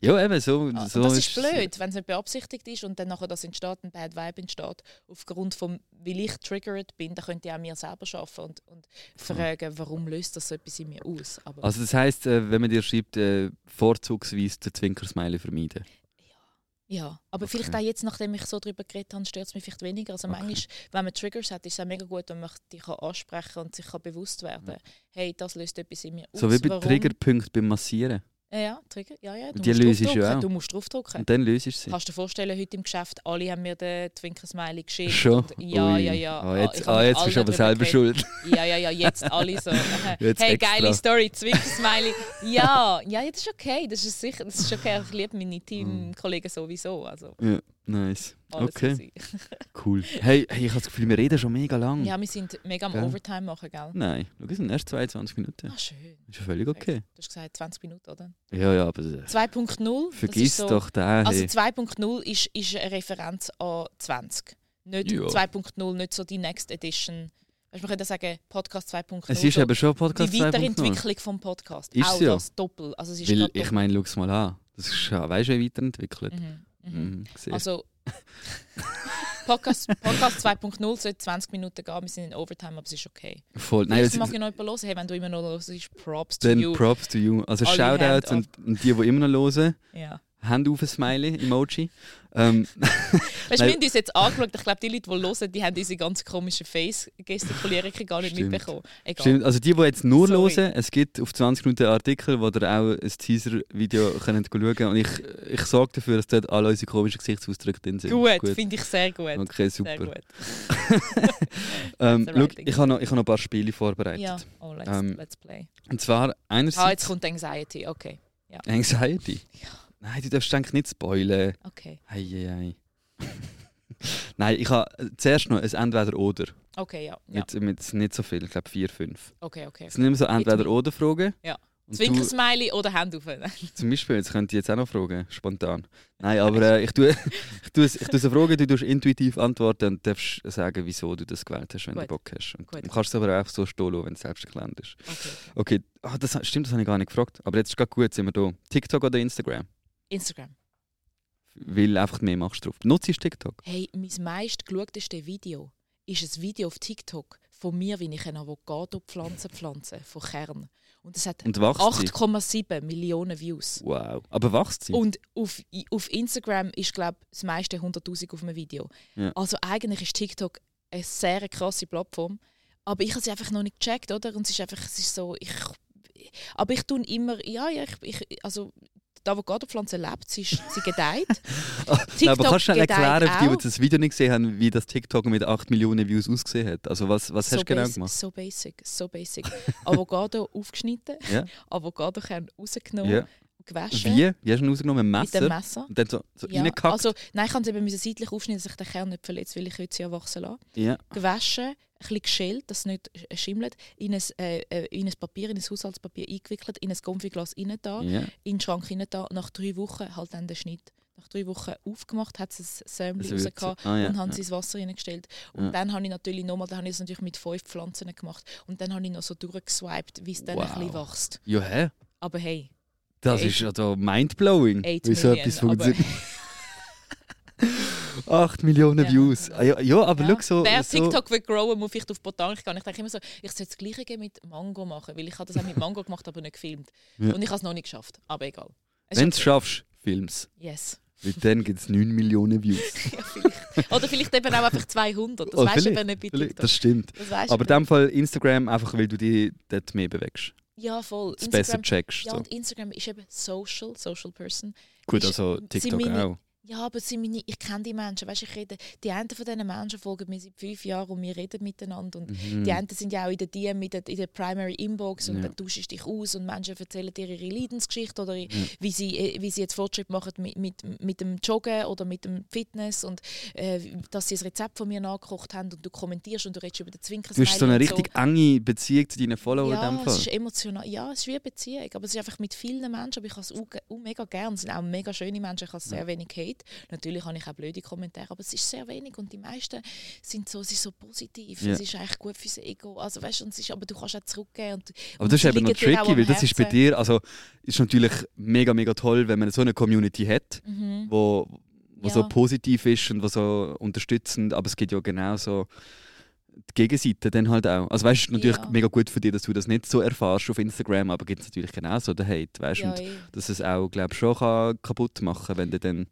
Speaker 2: Ah, ja. ja, eben, so,
Speaker 3: Ah,
Speaker 2: so
Speaker 3: und das ist
Speaker 2: es.
Speaker 3: blöd, wenn es nicht beabsichtigt ist und dann nachher das entsteht, ein Bad Vibe entsteht, aufgrund von, weil ich triggered bin, dann könnte ich auch mir selber schaffen und, und fragen, warum löst das so etwas in mir aus? Aber
Speaker 2: Also das heisst, äh, wenn man dir schreibt, äh, vorzugsweise den Zwinkersmiley vermeiden.
Speaker 3: Ja, aber
Speaker 2: Okay.
Speaker 3: vielleicht auch jetzt, nachdem ich so darüber geredet habe, stört es mich vielleicht weniger. Also
Speaker 2: Okay.
Speaker 3: manchmal, wenn man Triggers hat, ist es auch mega gut, wenn man die kann ansprechen und sich kann bewusst werden hey, das löst etwas in mir aus.
Speaker 2: So wie bei
Speaker 3: Warum?
Speaker 2: Triggerpunkt beim Massieren.
Speaker 3: Ja, ja, Trigger. Ja, ja, du
Speaker 2: Die
Speaker 3: musst
Speaker 2: löse ich
Speaker 3: draufdrücken,
Speaker 2: ja auch.
Speaker 3: Du musst draufdrücken.
Speaker 2: Und dann löst du sie.
Speaker 3: Kannst du dir vorstellen, heute im Geschäft, alle haben mir den Twinker-Smiley geschickt.
Speaker 2: Schon?
Speaker 3: Und ja,
Speaker 2: Ui.
Speaker 3: ja, ja.
Speaker 2: Ah,
Speaker 3: ich
Speaker 2: jetzt,
Speaker 3: habe
Speaker 2: ah,
Speaker 3: mit
Speaker 2: jetzt
Speaker 3: allen
Speaker 2: bist du aber
Speaker 3: darüber
Speaker 2: selber
Speaker 3: geredet.
Speaker 2: schuld.
Speaker 3: Ja, ja, ja, jetzt alle so. hey,
Speaker 2: Jetzt extra.
Speaker 3: geile Story, Zwinker-Smiley. Ja, ja, ja, das ist okay. Das ist sicher, das ist okay. Ich liebe meine Teamkollegen sowieso. Also,
Speaker 2: Ja, nice.
Speaker 3: alles
Speaker 2: Okay.
Speaker 3: easy.
Speaker 2: Cool. Hey, hey ich habe das Gefühl, wir reden schon mega lang.
Speaker 3: Ja, wir sind mega am
Speaker 2: Gell?
Speaker 3: Overtime machen, gell?
Speaker 2: Nein, schau, es sind erst 22 Minuten.
Speaker 3: Ah, schön.
Speaker 2: Ist ja völlig okay.
Speaker 3: Du hast gesagt 20 Minuten, oder?
Speaker 2: Ja, ja, aber äh,
Speaker 3: 2.0. das
Speaker 2: vergiss
Speaker 3: ist so,
Speaker 2: doch den. Hey.
Speaker 3: Also 2.0 ist, ist eine Referenz an 20. Nicht
Speaker 2: Ja.
Speaker 3: 2.0, nicht so die Next Edition. Weißt, du, man könnte sagen Podcast 2.0.
Speaker 2: es ist
Speaker 3: so
Speaker 2: eben schon Podcast
Speaker 3: die
Speaker 2: 2.0.
Speaker 3: Weiterentwicklung vom Podcast.
Speaker 2: Ist
Speaker 3: Auch
Speaker 2: sie ja.
Speaker 3: das Doppel. Also es ist
Speaker 2: Weil
Speaker 3: gerade
Speaker 2: ich
Speaker 3: doppelt.
Speaker 2: meine, schau es mal an. Das ist ja, weißt du, wie weiterentwickelt.
Speaker 3: Mhm, mhm.
Speaker 2: Mhm. siehst.
Speaker 3: Also Podcast, Podcast 2.0 sollte 20 Minuten gehen. Wir sind in Overtime, aber es ist okay.
Speaker 2: Voll. Nein,
Speaker 3: Vielleicht
Speaker 2: es,
Speaker 3: mag ja noch jemand hören. Hey, wenn du immer noch hörst, ist Props to
Speaker 2: dann
Speaker 3: you.
Speaker 2: Props to you. Also
Speaker 3: Alle
Speaker 2: Shoutouts
Speaker 3: Hände
Speaker 2: und, und die, die immer noch hören,
Speaker 3: ja.
Speaker 2: Hand auf ein Smiley, Emoji. Ähm,
Speaker 3: Weißt du, wir
Speaker 2: Nein.
Speaker 3: haben uns jetzt angeschaut. Ich glaube, die Leute, die hören, die haben diese ganz komischen Face-Gestikulierungen gar nicht
Speaker 2: Stimmt.
Speaker 3: mitbekommen. Egal.
Speaker 2: stimmt, also die, die jetzt nur
Speaker 3: Sorry.
Speaker 2: hören, es gibt auf 20 Minuten einen Artikel, wo ihr auch ein Teaser-Video könnt schauen könnt. Und ich, ich sorge dafür, dass dort alle unsere komischen Gesichtsausdrücke drin sind.
Speaker 3: Gut, finde ich sehr gut.
Speaker 2: Okay,
Speaker 3: Sehr
Speaker 2: super.
Speaker 3: gut.
Speaker 2: Ähm,
Speaker 3: That's the
Speaker 2: schau,
Speaker 3: right thing.
Speaker 2: ich habe noch, ich habe noch ein paar Spiele vorbereitet.
Speaker 3: Ja, oh, let's,
Speaker 2: Ähm,
Speaker 3: let's play.
Speaker 2: Und zwar
Speaker 3: Ah, jetzt
Speaker 2: einerseits
Speaker 3: kommt Anxiety. Okay,
Speaker 2: Anxiety. Nein, du darfst eigentlich nicht spoilen.
Speaker 3: okay.
Speaker 2: Ei, ei, ei. Nein, ich habe zuerst noch ein Entweder-Oder.
Speaker 3: Okay, ja. ja.
Speaker 2: Mit, mit nicht so viel, ich glaube 4, 5.
Speaker 3: Okay, okay.
Speaker 2: Es sind immer so Entweder-Oder-Fragen.
Speaker 3: Ja.
Speaker 2: Und du,
Speaker 3: Zwinkersmiley oder Hand auf.
Speaker 2: zum Beispiel, jetzt könnt ihr jetzt auch noch fragen, spontan. Nein, aber äh, ich tue ich tue es- ich tue eine Frage, du darfst intuitiv antworten und darfst sagen, wieso du das gewählt hast, wenn du
Speaker 3: Gut.
Speaker 2: Bock hast. Und
Speaker 3: Gut.
Speaker 2: du kannst es aber auch so stehen lassen, wenn es selbst erklärt ist.
Speaker 3: Okay.
Speaker 2: Okay, ah, das, stimmt, das habe ich gar nicht gefragt. Aber jetzt ist gerade gut, sind wir da. TikTok oder Instagram?
Speaker 3: Instagram.
Speaker 2: Weil einfach mehr machst du drauf. Nutzt TikTok?
Speaker 3: Hey, mein meistgeschauteste Video ist ein Video auf TikTok von mir, wie ich eine Avocado-Pflanze pflanze, von Kern. Und es hat
Speaker 2: Und wächst sie?
Speaker 3: 8,7 Millionen Views.
Speaker 2: Wow. Aber wächst sie?
Speaker 3: Und auf, auf Instagram ist, glaube ich, das meiste 100.000 auf einem Video.
Speaker 2: Ja.
Speaker 3: Also eigentlich ist TikTok eine sehr krasse Plattform. Aber ich habe sie einfach noch nicht gecheckt, oder? Und es ist einfach, es ist so, ich... Aber ich tue immer, ja, ja, ich, ich also die Avocado-Pflanze lebt, sie, ist, sie gedeiht.
Speaker 2: Nein, aber
Speaker 3: TikTok
Speaker 2: kannst du schnell
Speaker 3: gedeiht
Speaker 2: erklären, für die, die
Speaker 3: auch.
Speaker 2: das Video nicht gesehen haben, wie das TikTok mit 8 Millionen Views ausgesehen hat? Also was, was hast du genau
Speaker 3: basi-
Speaker 2: gemacht?
Speaker 3: So basic, so basic. Avocado aufgeschnitten,
Speaker 2: Ja.
Speaker 3: Avocado-Kern rausgenommen,
Speaker 2: Ja.
Speaker 3: gewaschen.
Speaker 2: Wie? Wie hast du ihn rausgenommen? Ein
Speaker 3: Mit dem
Speaker 2: Messer?
Speaker 3: Messer.
Speaker 2: Und dann so, so
Speaker 3: Ja,
Speaker 2: reingehackt?
Speaker 3: also, nein, ich kann es eben müssen seitlich aufschneiden, dass ich den Kern nicht verletzt, weil ich heute sie ja wachsen lasse.
Speaker 2: ja.
Speaker 3: gewaschen, bisschen geschält, dass es nicht sch- äh, schimmelt, in ein, äh, äh, in ein Papier, in ein Haushaltspapier eingewickelt, in ein Konfiglas rein da,
Speaker 2: Ja.
Speaker 3: in den Schrank rein da, nach drei Wochen halt dann der Schnitt. Nach drei Wochen aufgemacht, hat es ein Sämli
Speaker 2: Das wird-
Speaker 3: rausgehauen
Speaker 2: ah, ja,
Speaker 3: und haben
Speaker 2: ja.
Speaker 3: sie ins Wasser reingestellt. Und
Speaker 2: Ja.
Speaker 3: dann habe ich natürlich nochmal, dann habe ich es natürlich mit fünf Pflanzen gemacht. Und dann habe ich noch so durchgeswiped, wie es dann
Speaker 2: Wow.
Speaker 3: ein bisschen wächst.
Speaker 2: Ja, hä?
Speaker 3: Aber hey,
Speaker 2: Das
Speaker 3: Eight-
Speaker 2: ist ja da mindblowing.
Speaker 3: Eight
Speaker 2: Wie so
Speaker 3: Millionen,
Speaker 2: etwas
Speaker 3: aber-
Speaker 2: funktioniert. 8 Millionen
Speaker 3: Ja.
Speaker 2: Views. Ah, Ja, ja aber
Speaker 3: Ja.
Speaker 2: schau so.
Speaker 3: Wer
Speaker 2: so
Speaker 3: TikTok will growen, muss vielleicht auf Botanik gehen. Ich denke immer so, ich sollte das Gleiche geben mit Mango machen, weil ich habe das auch mit Mango gemacht, aber nicht gefilmt.
Speaker 2: Ja.
Speaker 3: Und ich habe es noch nicht geschafft, aber egal. Es
Speaker 2: Wenn du
Speaker 3: ist
Speaker 2: es schaffst, film's.
Speaker 3: okay. Yes.
Speaker 2: Weil dann gibt es 9 Millionen Views.
Speaker 3: Ja, vielleicht. Oder vielleicht eben auch einfach 200. Das
Speaker 2: Oh,
Speaker 3: weißt du
Speaker 2: vielleicht,
Speaker 3: eben nicht bei
Speaker 2: vielleicht.
Speaker 3: TikTok.
Speaker 2: Das stimmt.
Speaker 3: Das weisst Also du
Speaker 2: Aber in
Speaker 3: eben-
Speaker 2: dem Fall Instagram, einfach weil du dich dort mehr bewegst.
Speaker 3: ja, voll.
Speaker 2: Es besser
Speaker 3: Instagram,
Speaker 2: checkst.
Speaker 3: ja,
Speaker 2: So.
Speaker 3: und Instagram ist eben social, social person.
Speaker 2: Gut,
Speaker 3: ist-
Speaker 2: also
Speaker 3: sind
Speaker 2: TikTok
Speaker 3: meine-
Speaker 2: auch.
Speaker 3: Ja, aber sie meine, ich kenne die Menschen. Weißt, ich rede, die einen von diesen Menschen folgen mir seit fünf Jahren und wir reden miteinander. Und
Speaker 2: Mhm.
Speaker 3: Die einen sind ja auch in der DM, in der, in der Primary Inbox und
Speaker 2: Ja.
Speaker 3: dann tauschst du dich aus und Menschen erzählen dir ihre Leidensgeschichte oder wie, sie, äh, wie sie jetzt Fortschritt machen mit, mit, mit dem Joggen oder mit dem Fitness und äh, dass sie ein Rezept von mir nachgekocht haben und du kommentierst und du redest über den Zwinker.
Speaker 2: Du hast so eine richtig enge Beziehung zu deinen Followern
Speaker 3: ja,
Speaker 2: in dem Fall.
Speaker 3: Es ist emotional. Ja, es ist wie eine Beziehung, aber es ist einfach mit vielen Menschen, aber ich habe es auch, ge- auch mega gern. Es sind auch mega schöne Menschen, ich habe sehr wenig Hate. Natürlich habe ich auch blöde Kommentare, aber es ist sehr wenig und die meisten sind so, es ist so positiv,
Speaker 2: Ja.
Speaker 3: es ist eigentlich gut fürs Ego. Also weißt du, und es ist, aber du kannst auch zurückgehen. Und,
Speaker 2: Aber
Speaker 3: und
Speaker 2: das ist
Speaker 3: sie
Speaker 2: eben noch
Speaker 3: liegen dir
Speaker 2: tricky,
Speaker 3: auch am
Speaker 2: weil das ist bei
Speaker 3: Herzen.
Speaker 2: dir, also ist natürlich mega, mega toll, wenn man so eine Community hat, wo, wo so
Speaker 3: Mhm. Ja.
Speaker 2: positiv ist und wo so unterstützend, aber es gibt ja genau so die Gegenseite dann halt auch. Also weißt du, natürlich
Speaker 3: Ja.
Speaker 2: mega gut für dich, dass du das nicht so erfährst auf Instagram, aber gibt es natürlich genau so den Hate, weißt du,
Speaker 3: Ja,
Speaker 2: und
Speaker 3: eh.
Speaker 2: dass es auch, glaube ich, schon kann kaputt machen wenn du dann...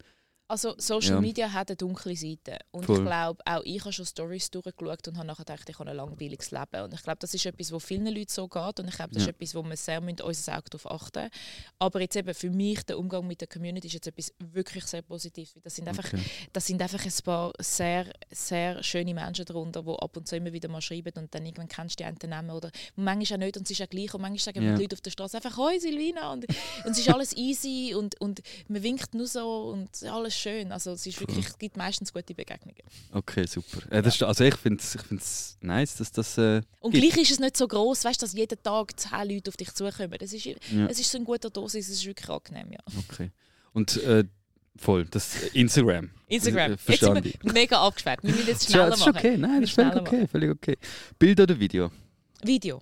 Speaker 3: Also Social
Speaker 2: Ja.
Speaker 3: Media hat eine dunkle Seite und
Speaker 2: Voll.
Speaker 3: ich glaube, auch ich habe schon Stories durchgeschaut und habe nachher gedacht, ich habe ein langweiliges Leben und ich glaube, das ist etwas, wo vielen Leuten so geht und ich glaube, das
Speaker 2: Ja.
Speaker 3: ist etwas, wo wir sehr müssen, unser Auge darauf achten Aber jetzt eben für mich, der Umgang mit der Community ist jetzt etwas wirklich sehr Positives, weil das sind einfach,
Speaker 2: Okay.
Speaker 3: das sind einfach ein paar sehr, sehr schöne Menschen darunter, die ab und zu immer wieder mal schreiben und dann irgendwann kennst du die einen Namen oder manchmal auch nicht und es ist auch gleich und manchmal sagen
Speaker 2: Ja.
Speaker 3: die Leute auf der Straße einfach «Hoi Silvina» und, und es ist alles easy und, und man winkt nur so und es ist alles schön. Also es, ist wirklich, es gibt meistens gute Begegnungen.
Speaker 2: Okay, super. Äh, das ist, also ich finde es ich find's nice, dass das... Äh,
Speaker 3: Und
Speaker 2: gibt.
Speaker 3: gleich ist es nicht so groß, weißt, dass jeden Tag zehn Leute auf dich zukommen. Das ist, Es ist so in guter Dosis, es ist wirklich angenehm, ja.
Speaker 2: Okay. Und äh, voll, das Instagram. Äh,
Speaker 3: Instagram, jetzt sind
Speaker 2: verstanden.
Speaker 3: wir mega abgeschweift. Wir müssen
Speaker 2: Das
Speaker 3: jetzt
Speaker 2: ist ja-
Speaker 3: schneller
Speaker 2: das ist
Speaker 3: machen.
Speaker 2: okay, nein, das ist
Speaker 3: Schneller
Speaker 2: völlig okay, völlig okay. Bild oder Video?
Speaker 3: Video.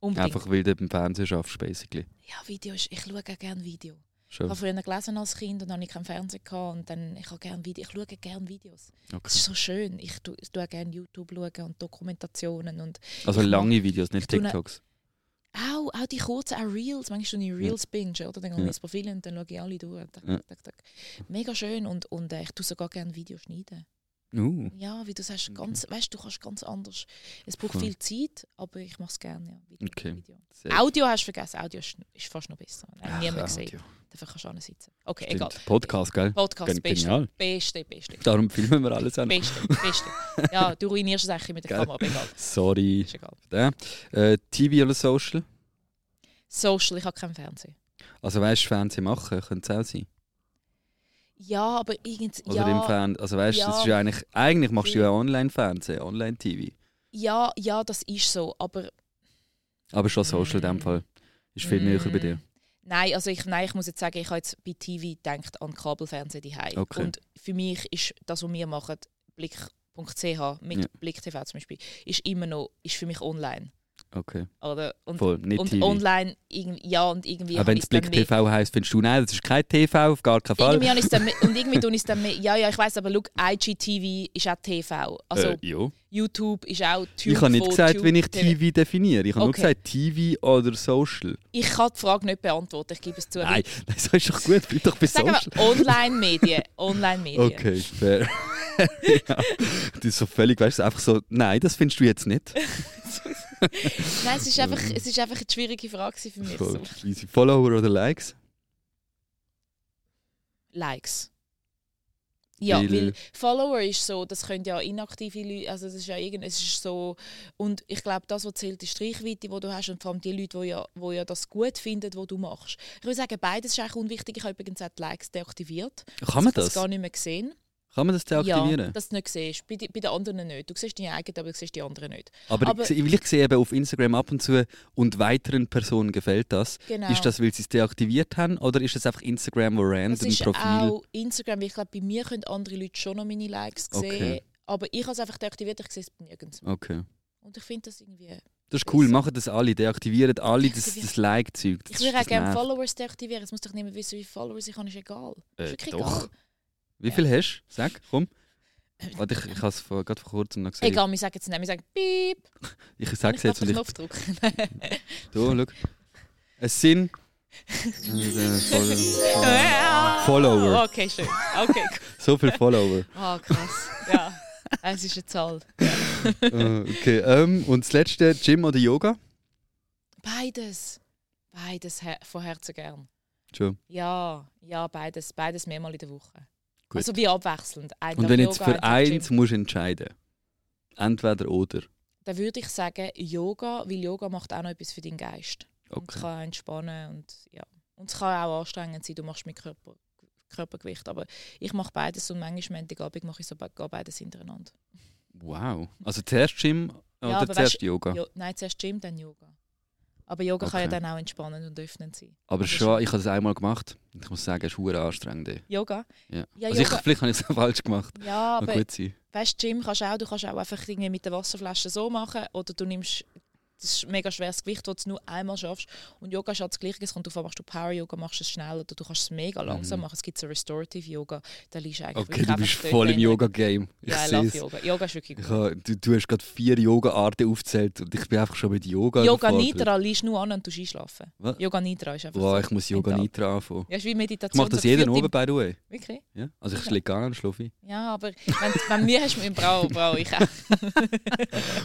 Speaker 3: Unbedingt.
Speaker 2: Einfach weil du beim Fernsehen schaffst, basically.
Speaker 3: Ja, Video ist, ich schaue auch gerne Video. Ich
Speaker 2: Schon.
Speaker 3: habe früher gelesen als Kind und dann habe ich keinen Fernseher gehabt und dann ich habe gerne Video, ich schaue gerne Videos. Es
Speaker 2: Okay.
Speaker 3: ist so schön. Ich tu- ich schaue gerne YouTube schauen und Dokumentationen und
Speaker 2: Also
Speaker 3: ich
Speaker 2: lange Videos, nicht
Speaker 3: tu ne-
Speaker 2: TikToks.
Speaker 3: auch, auch die kurzen, auch Reels. Manchmal schaue ich Reels binge, oder? Dann gehe ich
Speaker 2: Ja.
Speaker 3: ins Profil und dann schaue ich alle durch. Tak,
Speaker 2: Ja.
Speaker 3: tak, tak, tak. Mega schön und, und äh, ich tue sogar gerne Videos schneiden.
Speaker 2: Uh,
Speaker 3: Ja, wie du sagst, ganz, weißt, du kannst ganz anders. Es braucht
Speaker 2: Mhm. Cool.
Speaker 3: viel Zeit, aber ich mache es gerne. Ja. Video,
Speaker 2: Okay.
Speaker 3: Video.
Speaker 2: sehr
Speaker 3: Audio hast du vergessen, Audio ist, ist fast noch besser. Nein,
Speaker 2: Ach,
Speaker 3: niemand
Speaker 2: Audio.
Speaker 3: gesehen. Dafür kannst du auch nicht sitzen. Okay,
Speaker 2: Stimmt.
Speaker 3: egal.
Speaker 2: Podcast, gell? Gen-
Speaker 3: Podcast,
Speaker 2: genial.
Speaker 3: beste, beste, beste.
Speaker 2: Darum filmen wir alles an.
Speaker 3: Beste, beste. Ja, du ruinierst es eigentlich mit der
Speaker 2: Gell.
Speaker 3: Kamera, aber egal.
Speaker 2: Sorry.
Speaker 3: Ist egal.
Speaker 2: Ja. Äh, TV oder Social?
Speaker 3: Social, ich habe keinen Fernsehen.
Speaker 2: Also weißt du, Fernsehen machen könnte es auch sein.
Speaker 3: Ja, aber irgendwie.
Speaker 2: Oder im
Speaker 3: Ja,
Speaker 2: Fernsehen. Also weißt du, das
Speaker 3: Ja.
Speaker 2: ist ja eigentlich, eigentlich machst du ja Online-Fernsehen, Online-TV.
Speaker 3: ja, ja, das ist so. Aber
Speaker 2: Aber schon Social in dem
Speaker 3: Mm.
Speaker 2: Fall. Ist viel näher bei dir.
Speaker 3: nein, also ich, nein, ich muss jetzt sagen, ich habe jetzt bei TV gedacht an Kabelfernsehen die
Speaker 2: Okay.
Speaker 3: Und für mich ist das, was wir machen, Blick.ch mit
Speaker 2: Ja.
Speaker 3: Blick TV zum Beispiel, ist immer noch ist für mich online.
Speaker 2: Okay.
Speaker 3: Oder? Und,
Speaker 2: Voll, nicht
Speaker 3: und
Speaker 2: TV.
Speaker 3: online, irgend- ja, und irgendwie.
Speaker 2: Aber
Speaker 3: habe
Speaker 2: wenn
Speaker 3: ich
Speaker 2: es
Speaker 3: dann
Speaker 2: Blick
Speaker 3: mehr-
Speaker 2: TV heisst, findest du, nein, das ist kein TV, auf gar keinen Fall.
Speaker 3: Irgendwie habe ich's dann, mit- und irgendwie tun ich es dann mit, ja, ja, ich weiß aber look, IGTV ist auch TV. Also
Speaker 2: äh, ja.
Speaker 3: YouTube ist auch Tube
Speaker 2: Ich habe nicht
Speaker 3: von
Speaker 2: gesagt,
Speaker 3: Tube
Speaker 2: wie ich TV definiere. Ich habe
Speaker 3: Okay.
Speaker 2: nur gesagt, TV oder Social.
Speaker 3: Ich kann die Frage nicht beantworten, ich gebe es zu.
Speaker 2: Nein, nein, so ist doch gut. Bleib doch bei
Speaker 3: Sagen
Speaker 2: Social.
Speaker 3: wir Online-Medien. Online-Medien.
Speaker 2: Okay, fair. ja. Das ist so völlig, weißt du, einfach so, nein, das findest du jetzt nicht.
Speaker 3: Nein, es ist, einfach, es ist einfach eine schwierige Frage gewesen für mich.
Speaker 2: So,
Speaker 3: So.
Speaker 2: easy. Follower oder Likes?
Speaker 3: Likes. Ja,
Speaker 2: Weil- äh,
Speaker 3: weil, Follower ist so, das können ja inaktive Leute, also das ist ja irgend, es ist so, und ich glaube, das, was zählt, ist die Reichweite, die du hast und vor allem die Leute, die ja, wo ja das gut finden, was du machst. Ich würde sagen, beides ist eigentlich unwichtig. Ich habe übrigens auch die Likes deaktiviert.
Speaker 2: Kann man
Speaker 3: Ich habe
Speaker 2: das?
Speaker 3: es gar nicht mehr gesehen.
Speaker 2: Kann man das deaktivieren?
Speaker 3: Also Ja, dass du nicht siehst. Bei, die- bei den anderen nicht. Du siehst deine eigenen, aber du siehst die anderen nicht.
Speaker 2: aber
Speaker 3: aber-
Speaker 2: ich, sehe- weil ich sehe eben auf Instagram ab und zu und weiteren Personen gefällt das.
Speaker 3: Genau.
Speaker 2: Ist das, weil sie es deaktiviert haben oder ist das einfach Instagram, wo
Speaker 3: Das
Speaker 2: random
Speaker 3: ist
Speaker 2: Profil?
Speaker 3: auch Instagram. weil Ich glaube, bei mir können andere Leute schon noch meine Likes sehen.
Speaker 2: Okay.
Speaker 3: Aber ich habe es einfach deaktiviert, ich sehe es nirgends. mehr.
Speaker 2: Okay.
Speaker 3: Und ich finde das irgendwie...
Speaker 2: Das ist cool, machen das alle, deaktivieren alle das,
Speaker 3: Deaktivieren.
Speaker 2: das Like-Zeug. Das
Speaker 3: Ich
Speaker 2: ist-
Speaker 3: würde auch
Speaker 2: das
Speaker 3: gerne
Speaker 2: nervt.
Speaker 3: Followers deaktivieren. Es muss doch niemand wissen, wie viele Followers ich habe, ist egal.
Speaker 2: Äh,
Speaker 3: Ist wirklich
Speaker 2: doch.
Speaker 3: egal.
Speaker 2: Wie viel hast du? Sag, komm. Warte, ich, ich habe es vor, gerade vor kurzem noch gesehen.
Speaker 3: Egal, wir sagen jetzt nicht. Wir sagen «Piep»
Speaker 2: Ich
Speaker 3: und
Speaker 2: sage
Speaker 3: ich
Speaker 2: es jetzt
Speaker 3: darf
Speaker 2: und
Speaker 3: den
Speaker 2: ich...
Speaker 3: Knopf drücken.
Speaker 2: So, schau. Es sind... Äh, Follower.
Speaker 3: Okay, schön. Okay, cool.
Speaker 2: so viele Follower.
Speaker 3: Oh, krass. Ja, es ist eine Zahl.
Speaker 2: Äh, okay, ähm, und das letzte, Gym oder Yoga?
Speaker 3: Beides. Beides her von Herzen gern.
Speaker 2: Schon.
Speaker 3: Äh, Ja, ja, beides. Beides mehrmals in der Woche.
Speaker 2: Gut.
Speaker 3: Also wie abwechselnd. Ein
Speaker 2: Und
Speaker 3: Tag
Speaker 2: wenn jetzt
Speaker 3: Yoga,
Speaker 2: für
Speaker 3: ein Tag Gym.
Speaker 2: eins musst du entscheiden Entweder oder.
Speaker 3: Dann würde ich sagen Yoga, weil Yoga macht auch noch etwas für deinen Geist. Und es
Speaker 2: Okay.
Speaker 3: kann entspannen und ja. Und es kann auch anstrengend sein, du machst mit Körper, Körpergewicht. Aber ich mache beides und manchmal Montagabend mache ich so be- gehe beides hintereinander.
Speaker 2: Wow. Also zuerst Gym
Speaker 3: Ja,
Speaker 2: oder
Speaker 3: aber
Speaker 2: zuerst
Speaker 3: weißt-
Speaker 2: Yoga?
Speaker 3: Jo Nein, zuerst Gym, dann Yoga. Aber Yoga kann ja
Speaker 2: Okay.
Speaker 3: dann auch entspannend und öffnend sein.
Speaker 2: Aber schon, ich habe das einmal gemacht. und Ich muss sagen, es ist verdammt anstrengend. ey.
Speaker 3: Yoga?
Speaker 2: Ja.
Speaker 3: Ja,
Speaker 2: also ich,
Speaker 3: Yoga-
Speaker 2: vielleicht habe ich es auch falsch gemacht.
Speaker 3: Ja,
Speaker 2: Kann
Speaker 3: aber
Speaker 2: gut sein.
Speaker 3: weißt du, Gym kannst du auch, du kannst auch einfach irgendwie mit der Wasserflasche so machen oder du nimmst das ist ein mega schweres Gewicht, das du nur einmal schaffst. Und Yoga ist halt das Gleiche. Es kommt darauf an, machst du Power-Yoga, machst du es schnell oder du kannst es mega langsam
Speaker 2: Mhm.
Speaker 3: machen. Es gibt so Restorative-Yoga, da liegst du eigentlich
Speaker 2: Okay,
Speaker 3: wirklich
Speaker 2: du
Speaker 3: einfach
Speaker 2: bist
Speaker 3: dort
Speaker 2: voll im
Speaker 3: drin.
Speaker 2: Yoga-Game. Ich
Speaker 3: Ja, ich
Speaker 2: sehe
Speaker 3: love
Speaker 2: es.
Speaker 3: Yoga. Yoga ist wirklich
Speaker 2: Ich
Speaker 3: gut.
Speaker 2: habe, du, du hast gerade vier Yoga-Arten aufgezählt und ich bin einfach schon mit Yoga
Speaker 3: Yoga
Speaker 2: überfordert.
Speaker 3: Nidra liegst du nur an und du einschlafen.
Speaker 2: Was?
Speaker 3: Yoga Nidra ist einfach
Speaker 2: Boah,
Speaker 3: so.
Speaker 2: ich muss Yoga
Speaker 3: mental.
Speaker 2: Nitra anfangen.
Speaker 3: Ja, ist wie
Speaker 2: Ich
Speaker 3: Meditation.
Speaker 2: mache das
Speaker 3: so
Speaker 2: jeden
Speaker 3: geführt im-
Speaker 2: oben, by the way.
Speaker 3: Wirklich?
Speaker 2: Ja? Also ich
Speaker 3: Ja.
Speaker 2: schläge an, schlafe ein.
Speaker 3: Ja, aber wenn, wenn mir hast du mit dem Brau, Brau ich auch.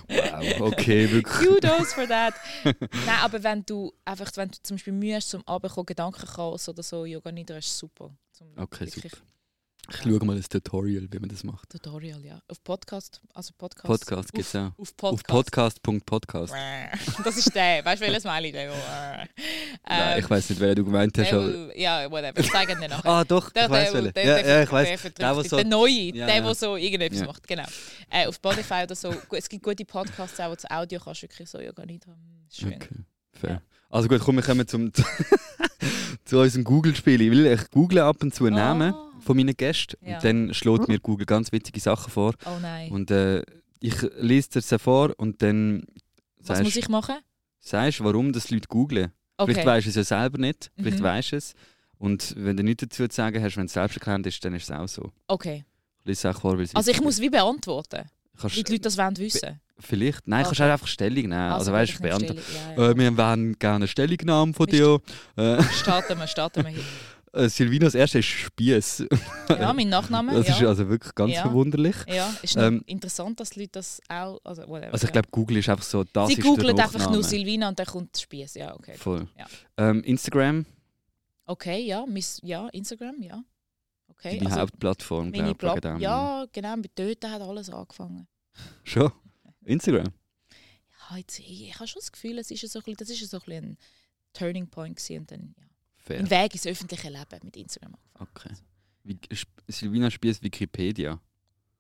Speaker 2: Wow, okay, wirklich.
Speaker 3: Kudos for that. Nein, aber wenn du einfach, wenn du zum Beispiel Mühe hast, zum Abendkommen, Gedankenchaos oder so, Yoga Nidra ist super. Zum
Speaker 2: Okay,
Speaker 3: wirklich-
Speaker 2: super. Ich schaue mal ein Tutorial, wie man das macht.
Speaker 3: Tutorial, ja. Auf Podcast, also Podcast.
Speaker 2: Podcast gibt es auch.
Speaker 3: Auf
Speaker 2: Auf
Speaker 3: Podcast.
Speaker 2: podcast.podcast.
Speaker 3: Das ist der. Weißt du, welches Smiley der? war?
Speaker 2: Nein, ich weiß nicht, wer du gemeint hast.
Speaker 3: der
Speaker 2: Aber...
Speaker 3: will- Ähm, Ja, whatever. Zeig ihn dir nachher.
Speaker 2: Ah, doch, ich
Speaker 3: Der,
Speaker 2: weiß
Speaker 3: der,
Speaker 2: welchen.
Speaker 3: der,
Speaker 2: Ja,
Speaker 3: der,
Speaker 2: ja, ich
Speaker 3: der,
Speaker 2: weiß.
Speaker 3: verdrückt
Speaker 2: Der, der
Speaker 3: dich.
Speaker 2: so.
Speaker 3: der neue,
Speaker 2: Ja,
Speaker 3: der,
Speaker 2: ja.
Speaker 3: der so irgendetwas
Speaker 2: Ja.
Speaker 3: macht. Genau. Äh, auf Spotify oder so. Gu- Es gibt gute Podcasts auch, wo das Audio kannst du wirklich so ja gar nicht haben. Schön.
Speaker 2: Okay, fair. Also gut, komm, wir kommen zum, zu unserem Google-Spiel. Ich will ich google ab und zu Namen
Speaker 3: Ah.
Speaker 2: von meinen Gästen
Speaker 3: Ja.
Speaker 2: und dann schlägt mir Google ganz witzige Sachen vor.
Speaker 3: Oh nein.
Speaker 2: Und äh, ich lese dir sie vor und dann
Speaker 3: Was
Speaker 2: sagst
Speaker 3: muss ich machen?
Speaker 2: sagst, warum das Leute googlen. Vielleicht
Speaker 3: Okay.
Speaker 2: weißt du es ja selber nicht, vielleicht
Speaker 3: Mhm.
Speaker 2: weißt du es. Und wenn du nichts dazu zu sagen hast, wenn es selbst erklärt ist, dann ist es auch so.
Speaker 3: okay.
Speaker 2: Ich lese auch vor, weil es
Speaker 3: Also ich
Speaker 2: wichtig
Speaker 3: muss wie beantworten,
Speaker 2: ist. kannst,
Speaker 3: wie die Leute das wollen wissen.
Speaker 2: Vielleicht. Nein, kannst du auch einfach Stellung nehmen. Also, weißt du,
Speaker 3: gut, ich nehme
Speaker 2: beantworten.
Speaker 3: Stellung. Ja, ja.
Speaker 2: Äh, wir haben gerne eine Stellungnahme von dir. Äh,
Speaker 3: Starten wir, starten wir hin.
Speaker 2: äh, Silvinas erste ist Spiess.
Speaker 3: Ja, mein Nachname.
Speaker 2: Das
Speaker 3: ja.
Speaker 2: ist also wirklich ganz
Speaker 3: Ja.
Speaker 2: verwunderlich.
Speaker 3: ja, ist
Speaker 2: Ähm,
Speaker 3: noch interessant, dass die Leute das auch. Also, whatever,
Speaker 2: Also ich glaube, Google ist einfach so,
Speaker 3: ja.
Speaker 2: das
Speaker 3: Sie
Speaker 2: ist
Speaker 3: googeln
Speaker 2: der
Speaker 3: einfach nur
Speaker 2: Nachname.
Speaker 3: Silvina und dann kommt der Spieß. Ja, okay.
Speaker 2: Voll.
Speaker 3: Ja.
Speaker 2: Ähm, Instagram,
Speaker 3: Okay, ja, mis, ja, Instagram, ja. Okay,
Speaker 2: deine
Speaker 3: also
Speaker 2: Hauptplattform, glaube
Speaker 3: meine
Speaker 2: ich. wegen
Speaker 3: Blog.
Speaker 2: dem.
Speaker 3: Ja, genau, mit dort hat alles angefangen.
Speaker 2: Schon? Instagram?
Speaker 3: Ja, jetzt, ich, ich habe schon das Gefühl, es ist so ein, bisschen- das ist so ein, bisschen ein Turning Point gewesen und dann ja.
Speaker 2: Fair.
Speaker 3: ein Weg ins öffentliche Leben mit Instagram angefangen. Also,
Speaker 2: Okay. Wie, Sp- Silvina Spiess Wikipedia.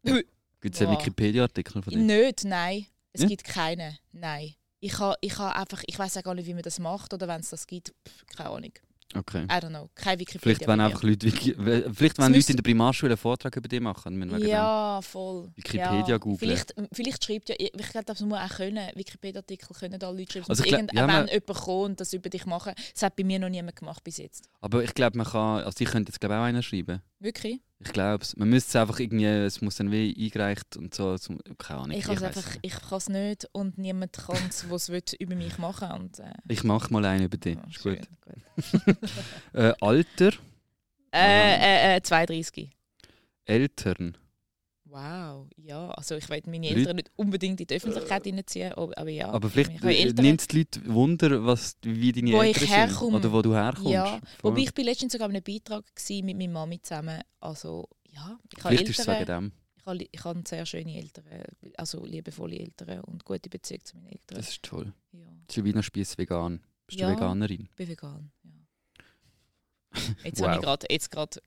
Speaker 2: Gibt es einen
Speaker 3: Boah.
Speaker 2: Wikipedia-Artikel von dir?
Speaker 3: Nicht, nein. Es
Speaker 2: Ja?
Speaker 3: gibt keine, nein. Ich habe ich ha einfach, ich weiß auch gar nicht, wie man das macht oder wenn es das gibt, pff, keine Ahnung.
Speaker 2: Okay.
Speaker 3: I don't know, kein Wikipedia.
Speaker 2: Vielleicht, wenn
Speaker 3: bei mir.
Speaker 2: einfach Leute, Wiki- we- vielleicht wenn Leute
Speaker 3: müsste-
Speaker 2: in der Primarschule einen Vortrag über dich machen. müssen wir wegen
Speaker 3: Ja, voll.
Speaker 2: Wikipedia
Speaker 3: ja.
Speaker 2: googlen.
Speaker 3: Vielleicht, ähm, vielleicht schreibt ja, ich glaube, das muss auch können. Wikipedia-Artikel können da Leute schreiben.
Speaker 2: Also
Speaker 3: Also
Speaker 2: ich glaub-
Speaker 3: irgend,
Speaker 2: ja, man-
Speaker 3: wenn jemand kommt und das über dich machen, das hat bei mir noch niemand gemacht bis jetzt.
Speaker 2: dem. Aber ich glaube, man kann, also ich könnte jetzt glaube auch einen schreiben.
Speaker 3: Wirklich?
Speaker 2: Ich glaube es. Man müsste es einfach irgendwie, es muss dann wie eingereicht und so. Zum, keine Ahnung.
Speaker 3: Ich, kann's
Speaker 2: weiss
Speaker 3: einfach,
Speaker 2: nicht.
Speaker 3: ich kann es nicht und niemand kann es, was es über mich machen und, äh,
Speaker 2: ich mache mal einen über dich.
Speaker 3: ja,
Speaker 2: Ist
Speaker 3: Ah, schön,
Speaker 2: gut. Äh, Alter,
Speaker 3: Äh, äh, äh, 32.
Speaker 2: Eltern.
Speaker 3: Wow, ja. Also ich will meine
Speaker 2: Leute-
Speaker 3: Eltern nicht unbedingt in die Öffentlichkeit hineinziehen, aber, aber ja.
Speaker 2: Aber vielleicht
Speaker 3: ich habe
Speaker 2: äh,
Speaker 3: Eltern-
Speaker 2: nimmt es die Leute Wunder, was, wie deine
Speaker 3: Wo ich
Speaker 2: Eltern sind.
Speaker 3: herkomme.
Speaker 2: Oder wo du herkommst.
Speaker 3: Ja,
Speaker 2: Voll.
Speaker 3: Wobei ich bin letztens sogar in einem Beitrag gsi mit meiner Mami zusammen. Also ja, ich habe
Speaker 2: vielleicht ist es wegen
Speaker 3: Eltern,
Speaker 2: dem.
Speaker 3: ich habe, ich habe sehr schöne Eltern, also liebevolle Eltern und gute Beziehung zu meinen Eltern.
Speaker 2: Das ist toll.
Speaker 3: Ja,
Speaker 2: Silvina Spiess vegan. Bist
Speaker 3: Ja.
Speaker 2: du Veganerin?
Speaker 3: ich bin vegan. Ja. Jetzt
Speaker 2: Wow.
Speaker 3: habe ich gerade, jetzt gerade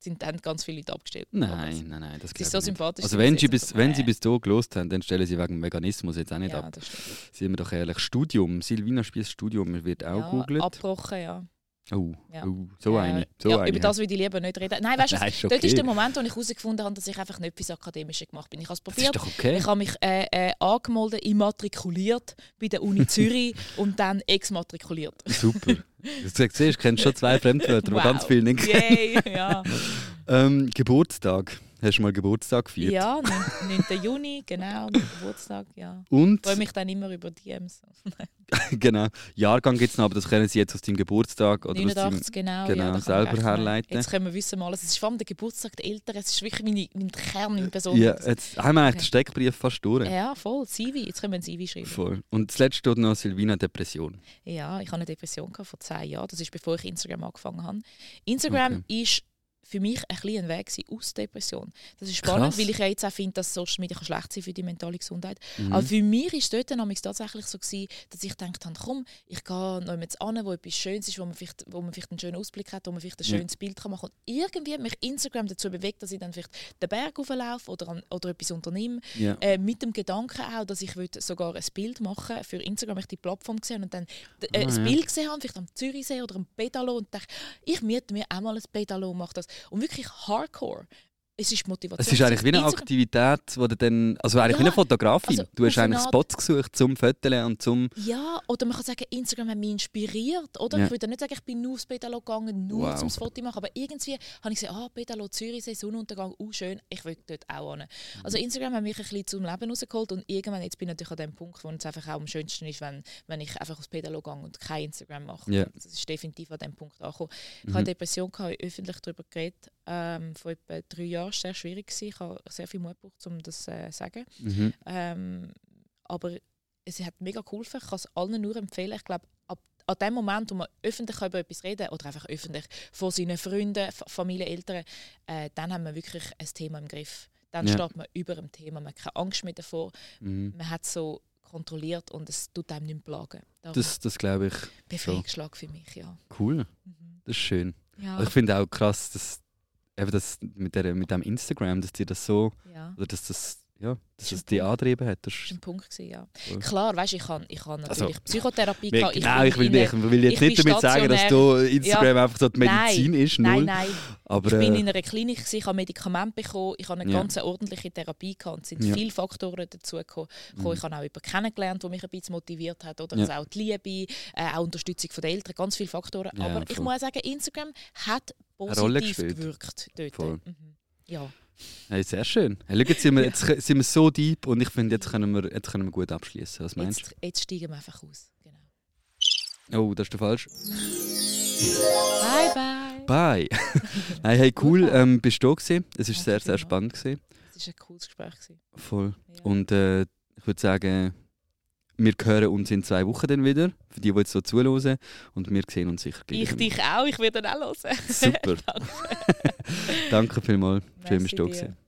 Speaker 3: sind dann ganz viele Leute abgestellt.
Speaker 2: Nein, nein, nein, das
Speaker 3: Es ist
Speaker 2: glaub
Speaker 3: so
Speaker 2: ich nicht.
Speaker 3: sympathisch.
Speaker 2: Also
Speaker 3: dass
Speaker 2: wenn
Speaker 3: das
Speaker 2: sie,
Speaker 3: jetzt
Speaker 2: bis,
Speaker 3: so-
Speaker 2: wenn sie bis hier gelost haben, dann stellen sie wegen dem Veganismus jetzt auch nicht
Speaker 3: ja,
Speaker 2: ab.
Speaker 3: das stimmt.
Speaker 2: Sind wir doch ehrlich. Studium, Silvina Spiess Studium wird auch
Speaker 3: ja,
Speaker 2: googelt.
Speaker 3: Abgebrochen, ja.
Speaker 2: Oh,
Speaker 3: Ja.
Speaker 2: oh, so
Speaker 3: ja,
Speaker 2: eine. So
Speaker 3: ja,
Speaker 2: eine.
Speaker 3: Über das würde ich lieber nicht reden. Nein, weißt du,
Speaker 2: Nein,
Speaker 3: was?
Speaker 2: ist
Speaker 3: dort
Speaker 2: okay.
Speaker 3: ist der Moment, wo ich herausgefunden habe, dass ich einfach nicht bis Akademische gemacht bin. Ich habe es
Speaker 2: das ist
Speaker 3: probiert,
Speaker 2: doch okay.
Speaker 3: Ich habe mich äh, äh, angemeldet, immatrikuliert bei der Uni Zürich und dann exmatrikuliert.
Speaker 2: Super. Du siehst, du kennst schon zwei Fremdwörter, aber
Speaker 3: Wow.
Speaker 2: ganz viele nicht.
Speaker 3: Yay, ja.
Speaker 2: Ähm, Geburtstag. Hast du mal Geburtstag gefeiert?
Speaker 3: ja, 9. 9. Juni, genau, mein Geburtstag, ja.
Speaker 2: Und,
Speaker 3: Ich freue mich dann immer über DMs.
Speaker 2: genau, Jahrgang gibt es noch, aber das können Sie jetzt aus deinem Geburtstag oder aus deinem...
Speaker 3: 89, genau.
Speaker 2: genau,
Speaker 3: ja, da kann ich
Speaker 2: selber
Speaker 3: echt mal-
Speaker 2: herleiten.
Speaker 3: Jetzt können wir wissen, mal, es ist vor allem der Geburtstag der Eltern, es ist wirklich meine, mein Kern in Person.
Speaker 2: Ja, äh. jetzt haben wir eigentlich den Steckbrief fast durch.
Speaker 3: ja, voll, CV, jetzt können wir ein CV schreiben.
Speaker 2: Voll. Und zuletzt steht noch Silvina Depression.
Speaker 3: Ja, ich hatte eine Depression gehabt vor zehn Jahren. Das ist bevor ich Instagram angefangen habe. Instagram ist für mich ein kleiner Weg gewesen aus Depression. Das ist spannend,
Speaker 2: Krass.
Speaker 3: weil ich ja jetzt auch finde, dass Social Media kann schlecht sein für die mentale Gesundheit.
Speaker 2: Mhm.
Speaker 3: Aber für mich war es dort damals tatsächlich so, gewesen, dass ich gedacht habe, komm, ich gehe noch jetzt an, wo etwas Schönes ist, wo man, vielleicht, wo man vielleicht einen schönen Ausblick hat, wo man vielleicht ein
Speaker 2: Ja.
Speaker 3: schönes Bild kann machen kann. Und irgendwie hat mich Instagram dazu bewegt, dass ich dann vielleicht den Berg hochlaufe oder, an, oder etwas unternehme
Speaker 2: Ja.
Speaker 3: äh, mit dem Gedanken auch, dass ich würd sogar ein Bild machen für Instagram, ich die Plattform gesehen und dann d- äh,
Speaker 2: Ah,
Speaker 3: ein
Speaker 2: ja.
Speaker 3: Bild gesehen habe, vielleicht am Zürichsee oder am Pedalo und dachte, ich miete mir auch mal ein Pedalo und mache das. Und wirklich hardcore. Es ist die Motivation.
Speaker 2: Es ist eigentlich wie eine
Speaker 3: Instagram-
Speaker 2: Aktivität, wo du dann, also eigentlich
Speaker 3: Ja,
Speaker 2: wie eine Fotografin.
Speaker 3: also
Speaker 2: du hast
Speaker 3: auf eine
Speaker 2: eigentlich
Speaker 3: Art-
Speaker 2: Spots gesucht zum Foteln und zum...
Speaker 3: Ja, oder man kann sagen, Instagram hat mich inspiriert. Oder?
Speaker 2: Ja.
Speaker 3: Ich würde nicht sagen, ich bin nur aufs Pedalo gegangen, nur
Speaker 2: Wow.
Speaker 3: zum Foto machen. Aber irgendwie habe ich gesehen, ah, Pedalo, Zürichsee, Sonnenuntergang, uh, schön, ich will dort auch hin. Also
Speaker 2: Mhm.
Speaker 3: Instagram hat mich ein bisschen zum Leben rausgeholt und irgendwann jetzt bin ich natürlich an dem Punkt, wo es einfach auch am schönsten ist, wenn, wenn ich einfach aufs Pedalo gehe und kein Instagram mache.
Speaker 2: Ja.
Speaker 3: Das ist definitiv an dem Punkt angekommen. Ich
Speaker 2: Mhm.
Speaker 3: hatte Depression, gehabt, ich habe öffentlich darüber geredet, ähm, vor etwa drei Jahren, sehr schwierig gewesen. Ich habe sehr viel Mut gebraucht, um das äh, zu sagen.
Speaker 2: Mhm.
Speaker 3: Ähm, aber es hat mega geholfen. Ich kann es allen nur empfehlen. Ich glaube, ab an dem Moment, wo man öffentlich über etwas reden kann, oder einfach öffentlich von seinen Freunden, F Familie, Eltern, äh, dann haben wir wirklich ein Thema im Griff. Dann
Speaker 2: Ja.
Speaker 3: steht man über dem Thema, man hat keine Angst mehr davor,
Speaker 2: Mhm.
Speaker 3: man hat es so kontrolliert und es tut einem nicht mehr plagen. Darum
Speaker 2: Das, das glaube ich,
Speaker 3: Befreiungsschlag für mich, ja.
Speaker 2: cool.
Speaker 3: Mhm.
Speaker 2: Das ist schön.
Speaker 3: Ja,
Speaker 2: Also ich finde auch krass, dass eben das mit, der, mit dem Instagram, dass dir das so,
Speaker 3: ja.
Speaker 2: oder dass das, ja, dass
Speaker 3: Ist ein
Speaker 2: es dich antrieben hat. Das
Speaker 3: Das
Speaker 2: ist,
Speaker 3: war ein Punkt, gewesen, ja.
Speaker 2: Voll.
Speaker 3: Klar, weißt, ich habe ich hab natürlich
Speaker 2: Also,
Speaker 3: Psychotherapie
Speaker 2: Mir-
Speaker 3: gehabt.
Speaker 2: genau,
Speaker 3: bin
Speaker 2: ich will,
Speaker 3: in eine-
Speaker 2: nicht, ich will jetzt
Speaker 3: ich
Speaker 2: nicht
Speaker 3: bin
Speaker 2: damit sagen, dass du Instagram einfach so die
Speaker 3: Nein.
Speaker 2: Medizin ist, null.
Speaker 3: Nein, nein,
Speaker 2: Aber,
Speaker 3: ich bin
Speaker 2: äh,
Speaker 3: in einer Klinik, gewesen, ich habe Medikamente bekommen, ich habe eine
Speaker 2: Ja.
Speaker 3: ganz ordentliche Therapie gehabt. und Es sind
Speaker 2: Ja.
Speaker 3: viele Faktoren dazu gekommen.
Speaker 2: Mhm.
Speaker 3: Ich habe auch jemanden kennengelernt, der mich ein bisschen motiviert hat. Oder
Speaker 2: Ja.
Speaker 3: also auch die Liebe, äh, auch Unterstützung von den Eltern, ganz viele Faktoren.
Speaker 2: Ja,
Speaker 3: Aber ich
Speaker 2: voll.
Speaker 3: muss auch sagen, Instagram hat
Speaker 2: Rolle
Speaker 3: positiv
Speaker 2: gespielt.
Speaker 3: gewirkt dort.
Speaker 2: Voll.
Speaker 3: Mhm. Ja.
Speaker 2: hey, sehr schön. Hey, schau, jetzt sind wir, jetzt sind wir so deep und ich finde, jetzt können wir, jetzt können wir gut abschließen. Was meinst
Speaker 3: Jetzt, jetzt steigen wir einfach aus. Genau.
Speaker 2: du? Oh, das ist der falsch.
Speaker 3: Bye,
Speaker 2: Bye.
Speaker 3: bye.
Speaker 2: Nein, hey, cool,
Speaker 3: Super.
Speaker 2: ähm, bist du da gewesen. Es war
Speaker 3: Danke
Speaker 2: sehr, sehr
Speaker 3: vielmals.
Speaker 2: spannend. Gewesen.
Speaker 3: Das war ein cooles Gespräch. gewesen.
Speaker 2: Voll.
Speaker 3: Ja.
Speaker 2: Und äh, ich würde sagen, wir hören uns in zwei Wochen dann wieder, für die, die jetzt so zuhören. Und wir sehen uns sicher gleich
Speaker 3: ich
Speaker 2: wieder.
Speaker 3: dich auch, ich werde dann auch hören.
Speaker 2: Super. Danke vielmals. Schön,
Speaker 3: Merci
Speaker 2: dass du da
Speaker 3: dir.
Speaker 2: gewesen.